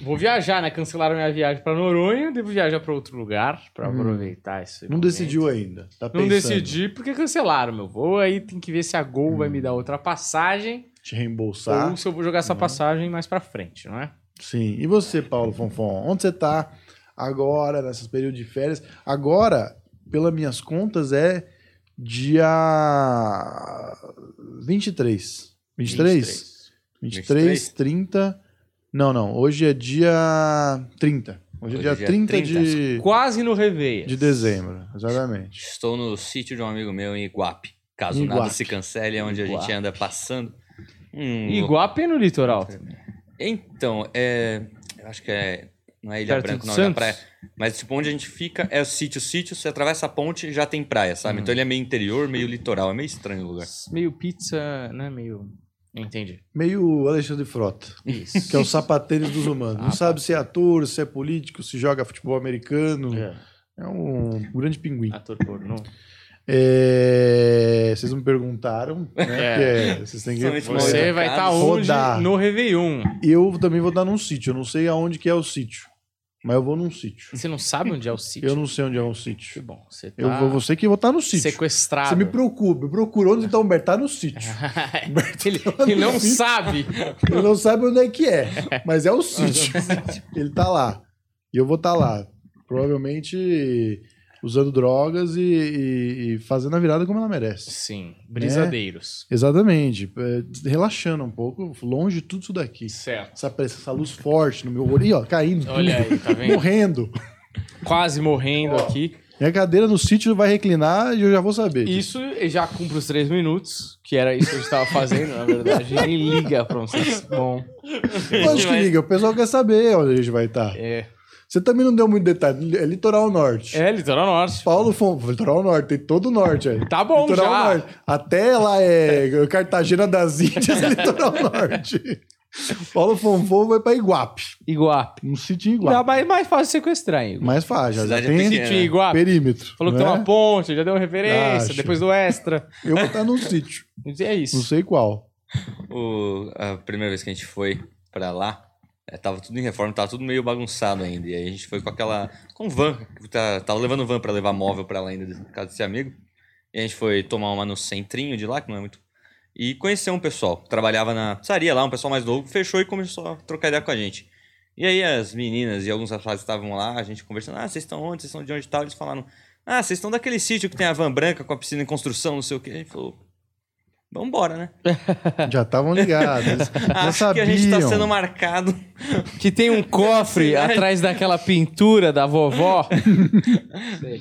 vou viajar, né? Cancelaram minha viagem pra Noronha. Devo viajar pra outro lugar pra Hum. aproveitar isso. Não decidiu ainda. Tá Não pensando. decidi porque cancelaram meu voo. Aí tem que ver se a Gol Hum. vai me dar outra passagem Te reembolsar. ou se eu vou Hum. jogar essa passagem mais pra frente, não é? Sim. E você, Paulo Fonfon? Onde você tá agora, nesses períodos de férias? Agora, pelas minhas contas, é dia 23. 23? 23, 23? 30. Não, não. Hoje é dia 30. Hoje é Hoje dia, é dia 30, 30. De, Quase no Reveia. de dezembro. Exatamente. Estou no sítio de um amigo meu em Iguape. Caso nada Iguape. se cancele, é onde a gente Iguape. anda passando. Hum, Iguape é no litoral. Então, é. Eu acho que é. Não é Ilha Perto Branca, de não, é Santos. praia. Mas tipo, onde a gente fica é o sítio, sítio, você atravessa a ponte e já tem praia, sabe? Então ele é meio interior, meio litoral, é meio estranho o lugar. Meio pizza, né? Meio. Entendi. Meio Alexandre Frota, Isso. que é o sapatênis dos humanos. Ah, Não sabe se é ator, se é político, se joga futebol americano. É, É, um grande pinguim. Ator pornô. É, Vocês me perguntaram, né? É. que é, vocês têm que... Somente Você Olha, vai cara, estar onde? rodar. No um. Réveillon. Eu também vou dar num sítio. Eu não sei aonde que é o sítio, mas eu vou num sítio. Você não sabe onde é o sítio? Eu não sei onde é o Que sítio. bom. Você tá Eu vou, Ah. você que vou estar no sítio. sequestrado. Você me procura, me procura onde está o Humberto, tá no sítio. É. ele, ele não sabe. Ele não sabe onde é que é, mas é o sítio. Ele tá lá. E eu vou estar lá. tá Provavelmente usando drogas e, e- e fazendo a virada como ela merece. Sim. Brisadeiros. Exatamente. É, relaxando um pouco, longe de tudo isso daqui. Certo. Essa, pressa, essa luz forte no meu olho. Ih, ó, caindo. Olha tudo. aí, tá vendo? Morrendo. Quase morrendo aqui. Minha cadeira no sítio vai reclinar e eu já vou saber. Isso já cumpre os três minutos, que era isso que a gente tava fazendo, na verdade. Nem liga pra vocês. Bom, Lógico que Mas- liga, o pessoal quer saber onde a gente vai estar. é. Você também não deu muito detalhe. É litoral norte. É, Litoral Norte. Paulo Fon... Litoral norte, tem todo o norte aí. Tá bom litoral já. norte. Até lá é Cartagena das Índias, litoral norte. Paulo Fonfon vai pra Iguape. Iguape. Um sítio em Dá Iguape. mais, mais fácil sequestrar, hein? Mais fácil, já Cidade é tem pequena. Sítio em Iguape. perímetro. Falou que né? tem uma ponte, já deu uma referência, Acho. depois do extra. Eu vou estar num sítio, E É não isso. sei qual. O- a primeira vez que a gente foi pra lá, eh, tava tudo em reforma, tava tudo meio bagunçado ainda. E aí a gente foi com aquela. com van. que tá- tava levando van pra levar móvel pra lá ainda, de- por causa desse amigo. E a gente foi tomar uma no centrinho de lá, que não é muito. E conheceu um pessoal. que Trabalhava na pizzaria lá, um pessoal mais novo, fechou e começou a trocar ideia com a gente. E aí as meninas e alguns rapazes estavam lá, a gente conversando, ah, vocês estão onde? Vocês estão de onde e tal? Eles falaram, ah, vocês estão daquele sítio que tem a van branca com a piscina em construção, não sei o quê. A gente falou, vambora, né? Já estavam ligados. eles Já Acho que sabiam. a gente tá sendo marcado. Que tem um cofre atrás daquela pintura da vovó.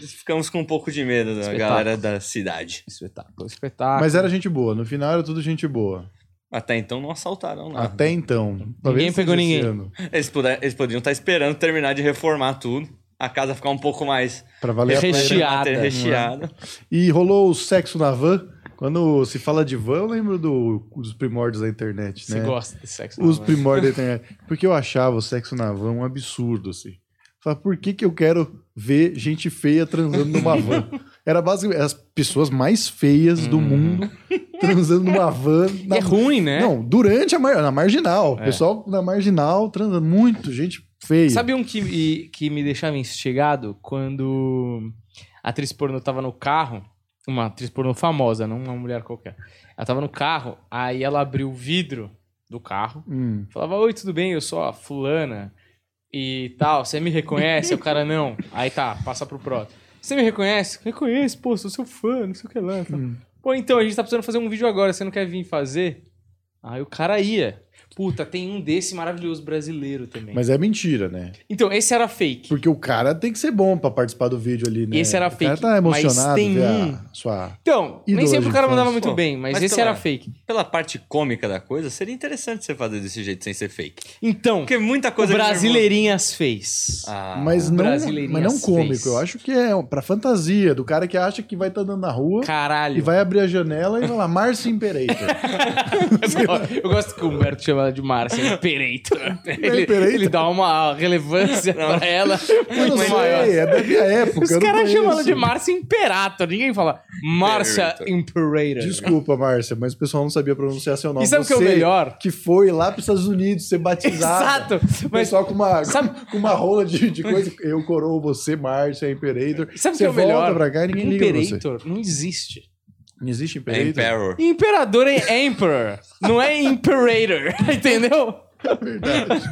Ficamos com um pouco de medo da Espetáculo. galera da cidade. espetáculo, espetáculo. Mas era gente boa. No final era tudo gente boa. Até então não assaltaram lá. Até então. Talvez Ninguém pegou seja esse ninguém. ano, Eles, puder- eles poderiam estar esperando terminar de reformar tudo. A casa ficar um pouco mais Pra valer a pena. Recheado. Recheada, ter- recheada. E rolou o sexo na van. Quando se fala de van, eu lembro do- dos primórdios da internet, Você né? gosta de sexo? Os não, né? primórdios da internet. Porque eu achava o sexo na van um absurdo, assim. Fala, por que, que eu quero ver gente feia transando numa van? Era basicamente as pessoas mais feias do mundo transando numa van. Uhum. E na- É ruim, né? Não, durante a mar... na marginal. O É. Pessoal na marginal transando muito, gente feia. Sabe um que, me- que me deixava instigado? Quando a atriz pornô tava no carro, uma atriz pornô famosa, não uma mulher qualquer. Ela tava no carro, aí ela abriu o vidro do carro, Hum. falava: Oi, tudo bem? Eu sou a fulana e tal. Você me reconhece? o cara não. Aí tá, passa pro próximo. Você me reconhece? Reconheço, pô, sou seu fã, não sei o que lá. tal. Hum. Pô, então, a gente tá precisando fazer um vídeo agora, você não quer vir fazer? Aí o cara ia. Puta, tem um desse maravilhoso brasileiro também. Mas é mentira, né? Então, esse era fake. Porque o cara tem que ser bom pra participar do vídeo ali, né? Esse era o fake, cara tá mas emocionado tem ver a um- sua... Então, nem Ídolo sempre de o cara mandava infância. muito Pô, bem, mas, mas esse pela- era fake. Pela parte cômica da coisa, seria interessante você fazer desse jeito sem ser fake. Então, Porque muita o coisa. que Brasileirinhas fez. meu irmão- Ah, um mas, não, Brasileirinhas mas não cômico. fez. Eu acho que é pra fantasia do cara que acha que vai estar andando na rua Caralho. e vai abrir a janela e vai lá, Márcio Imperator. Eu gosto que o Humberto chama ela de Márcia Pereito. Ele, Pereito? ele dá uma relevância pra ela Eu muito não sei, maior. é da minha época. Os eu não caras chamam ela de conheço. Márcia Imperator. Ninguém fala Márcia Imperator. Desculpa, Márcia, mas o pessoal não sabia pronunciar seu nome. E sabe o que é o Você melhor? Que foi lá pros Estados Unidos ser batizado. Exato. O Mas pessoal com uma, Sabe- com uma rola de, de coisa. Eu coroo você, Márcia, Imperator. sabe o que você é o volta melhor? pra cá e ninguém liga pra você. Imperator não existe. Não existe É Imperator? Emperor. Imperador é Emperor, não é Imperator, entendeu? Verdade.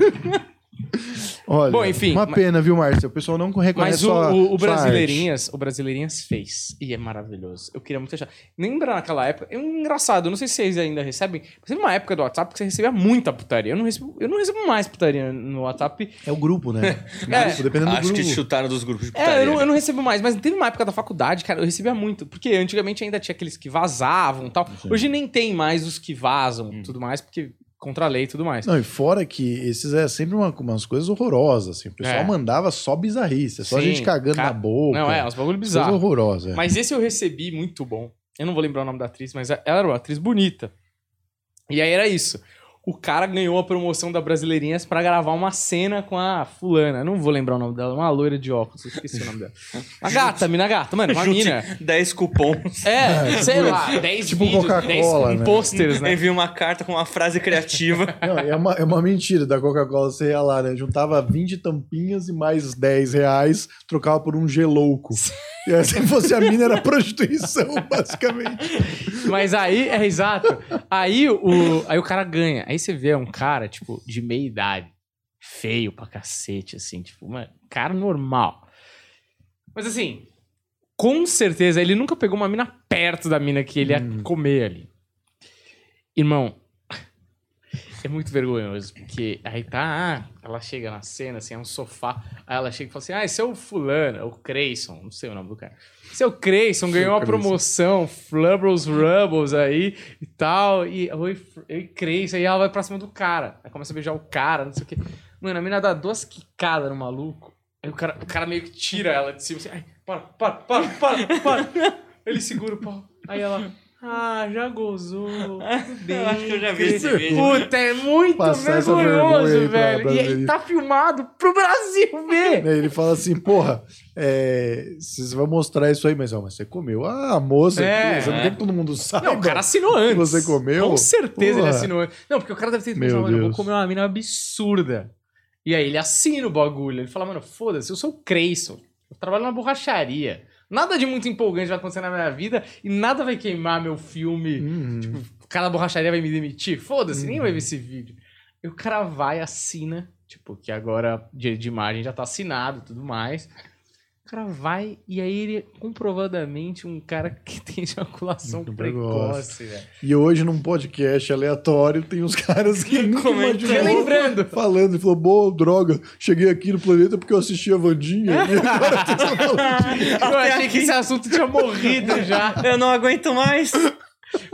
Olha, Bom, enfim, uma mas- pena, viu, Márcia? O pessoal não reconhece Mas o, sua- o, o sua arte. Brasileirinhas, o Brasileirinhas fez, e é maravilhoso. Eu queria muito achar. Lembra naquela época, é um engraçado, eu não sei se vocês ainda recebem, mas teve uma época do WhatsApp que você recebia muita putaria. Eu não recebo, eu não recebo mais putaria no WhatsApp. É o grupo, né? É. grupo, dependendo do Acho grupo. que chutaram dos grupos de É, putaria. né? eu não, eu não recebo mais, mas teve uma época da faculdade, cara, eu recebia muito. Porque antigamente ainda tinha aqueles que vazavam e tal. Hoje nem tem mais os que vazam e tudo mais, porque contra a lei e tudo mais. Não, e fora que esses é sempre uma- umas coisas horrorosas, assim. O pessoal É. mandava só bizarrice, é só Sim, gente cagando ca- na boca. Não, é, uns bagulho Coisa bizarro. horrorosa. é. Mas esse eu recebi muito bom. Eu não vou lembrar o nome da atriz, mas ela era uma atriz bonita. E aí era isso. O cara ganhou a promoção da Brasileirinhas pra gravar uma cena com a fulana. Não vou lembrar o nome dela, é uma loira de óculos, eu esqueci o nome dela. A gata, a mina gata, mano, uma mina. Junte 10 cupons. É, sei lá, 10 tipo vídeos, Coca-Cola, 10 né? posters, né? Envia uma carta com uma frase criativa. Não, é, uma, é uma mentira da Coca-Cola, você ia lá, né? Juntava 20 tampinhas e mais 10 reais, trocava por um gelouco. E aí, se fosse a mina, era prostituição, basicamente. Mas aí, é exato. Aí o, aí o cara ganha. Aí você vê um cara, tipo, de meia idade, feio pra cacete, assim, tipo, mano, cara normal. Mas assim, com certeza ele nunca pegou uma mina perto da mina que ele ia comer ali. Irmão, é muito vergonhoso, porque aí tá, ah, ela chega na cena, assim, é um sofá, aí ela chega e fala assim, ah, esse é o fulano, é o Creyson, não sei o nome do cara. Seu Creyson ganhou uma Creyson. promoção, Flubbles Rubbles aí e tal, e oi, Fr- oi Creyson, aí ela vai pra cima do cara, aí começa a beijar o cara, não sei o quê. Mano, a mina dá duas quicadas no maluco, aí o cara, o cara meio que tira ela de cima, assim, ai, para, para, para, para, para. Ele segura o pau, aí ela... Ah, já gozou. tudo bem, Eu acho que eu já vi Creyson." esse vídeo. Puta, é muito Passar essa vergonha vergonhoso, aí pra velho. E aí brasileiro. tá filmado pro Brasil ver. Né, Ele fala assim, porra, é, você vai mostrar isso aí, mas, ó, mas você comeu. Ah, a moça, É. aqui, você não quer que todo mundo saiba. Não, o cara assinou antes. Você comeu? Com certeza Porra. ele assinou antes. Não, porque o cara deve ter Meu pensado, mano, eu vou Deus. comer uma mina absurda. E aí ele assina o bagulho. Ele fala, mano, foda-se, eu sou o Creyson. Eu trabalho numa borracharia. Nada de muito empolgante vai acontecer na minha vida e nada vai queimar meu filme. Uhum. O cara da borracharia vai me demitir? Foda-se, nem vai ver esse vídeo. E o cara vai, assina, tipo, que agora direito de imagem já tá assinado e tudo mais. O cara vai, e aí ele é comprovadamente um cara que tem ejaculação Muito precoce, velho. E hoje, num podcast aleatório, tem uns caras que nunca Comentando. imaginou Relembrando. falando. Ele falou, boa, droga, cheguei aqui no planeta porque eu assisti a Vandinha. E agora tem essa Wandinha. Eu achei que esse assunto tinha morrido já. Eu não aguento mais.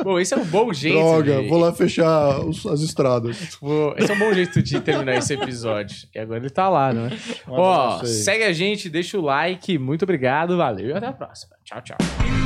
Bom, esse é um bom jeito. droga, de... vou lá fechar os- as estradas. Vou- Esse é um bom jeito de terminar esse episódio. E agora ele tá lá, não é? Um Ó, abraço aí. segue a gente, deixa o like. Muito obrigado, valeu e até a próxima. Tchau, tchau.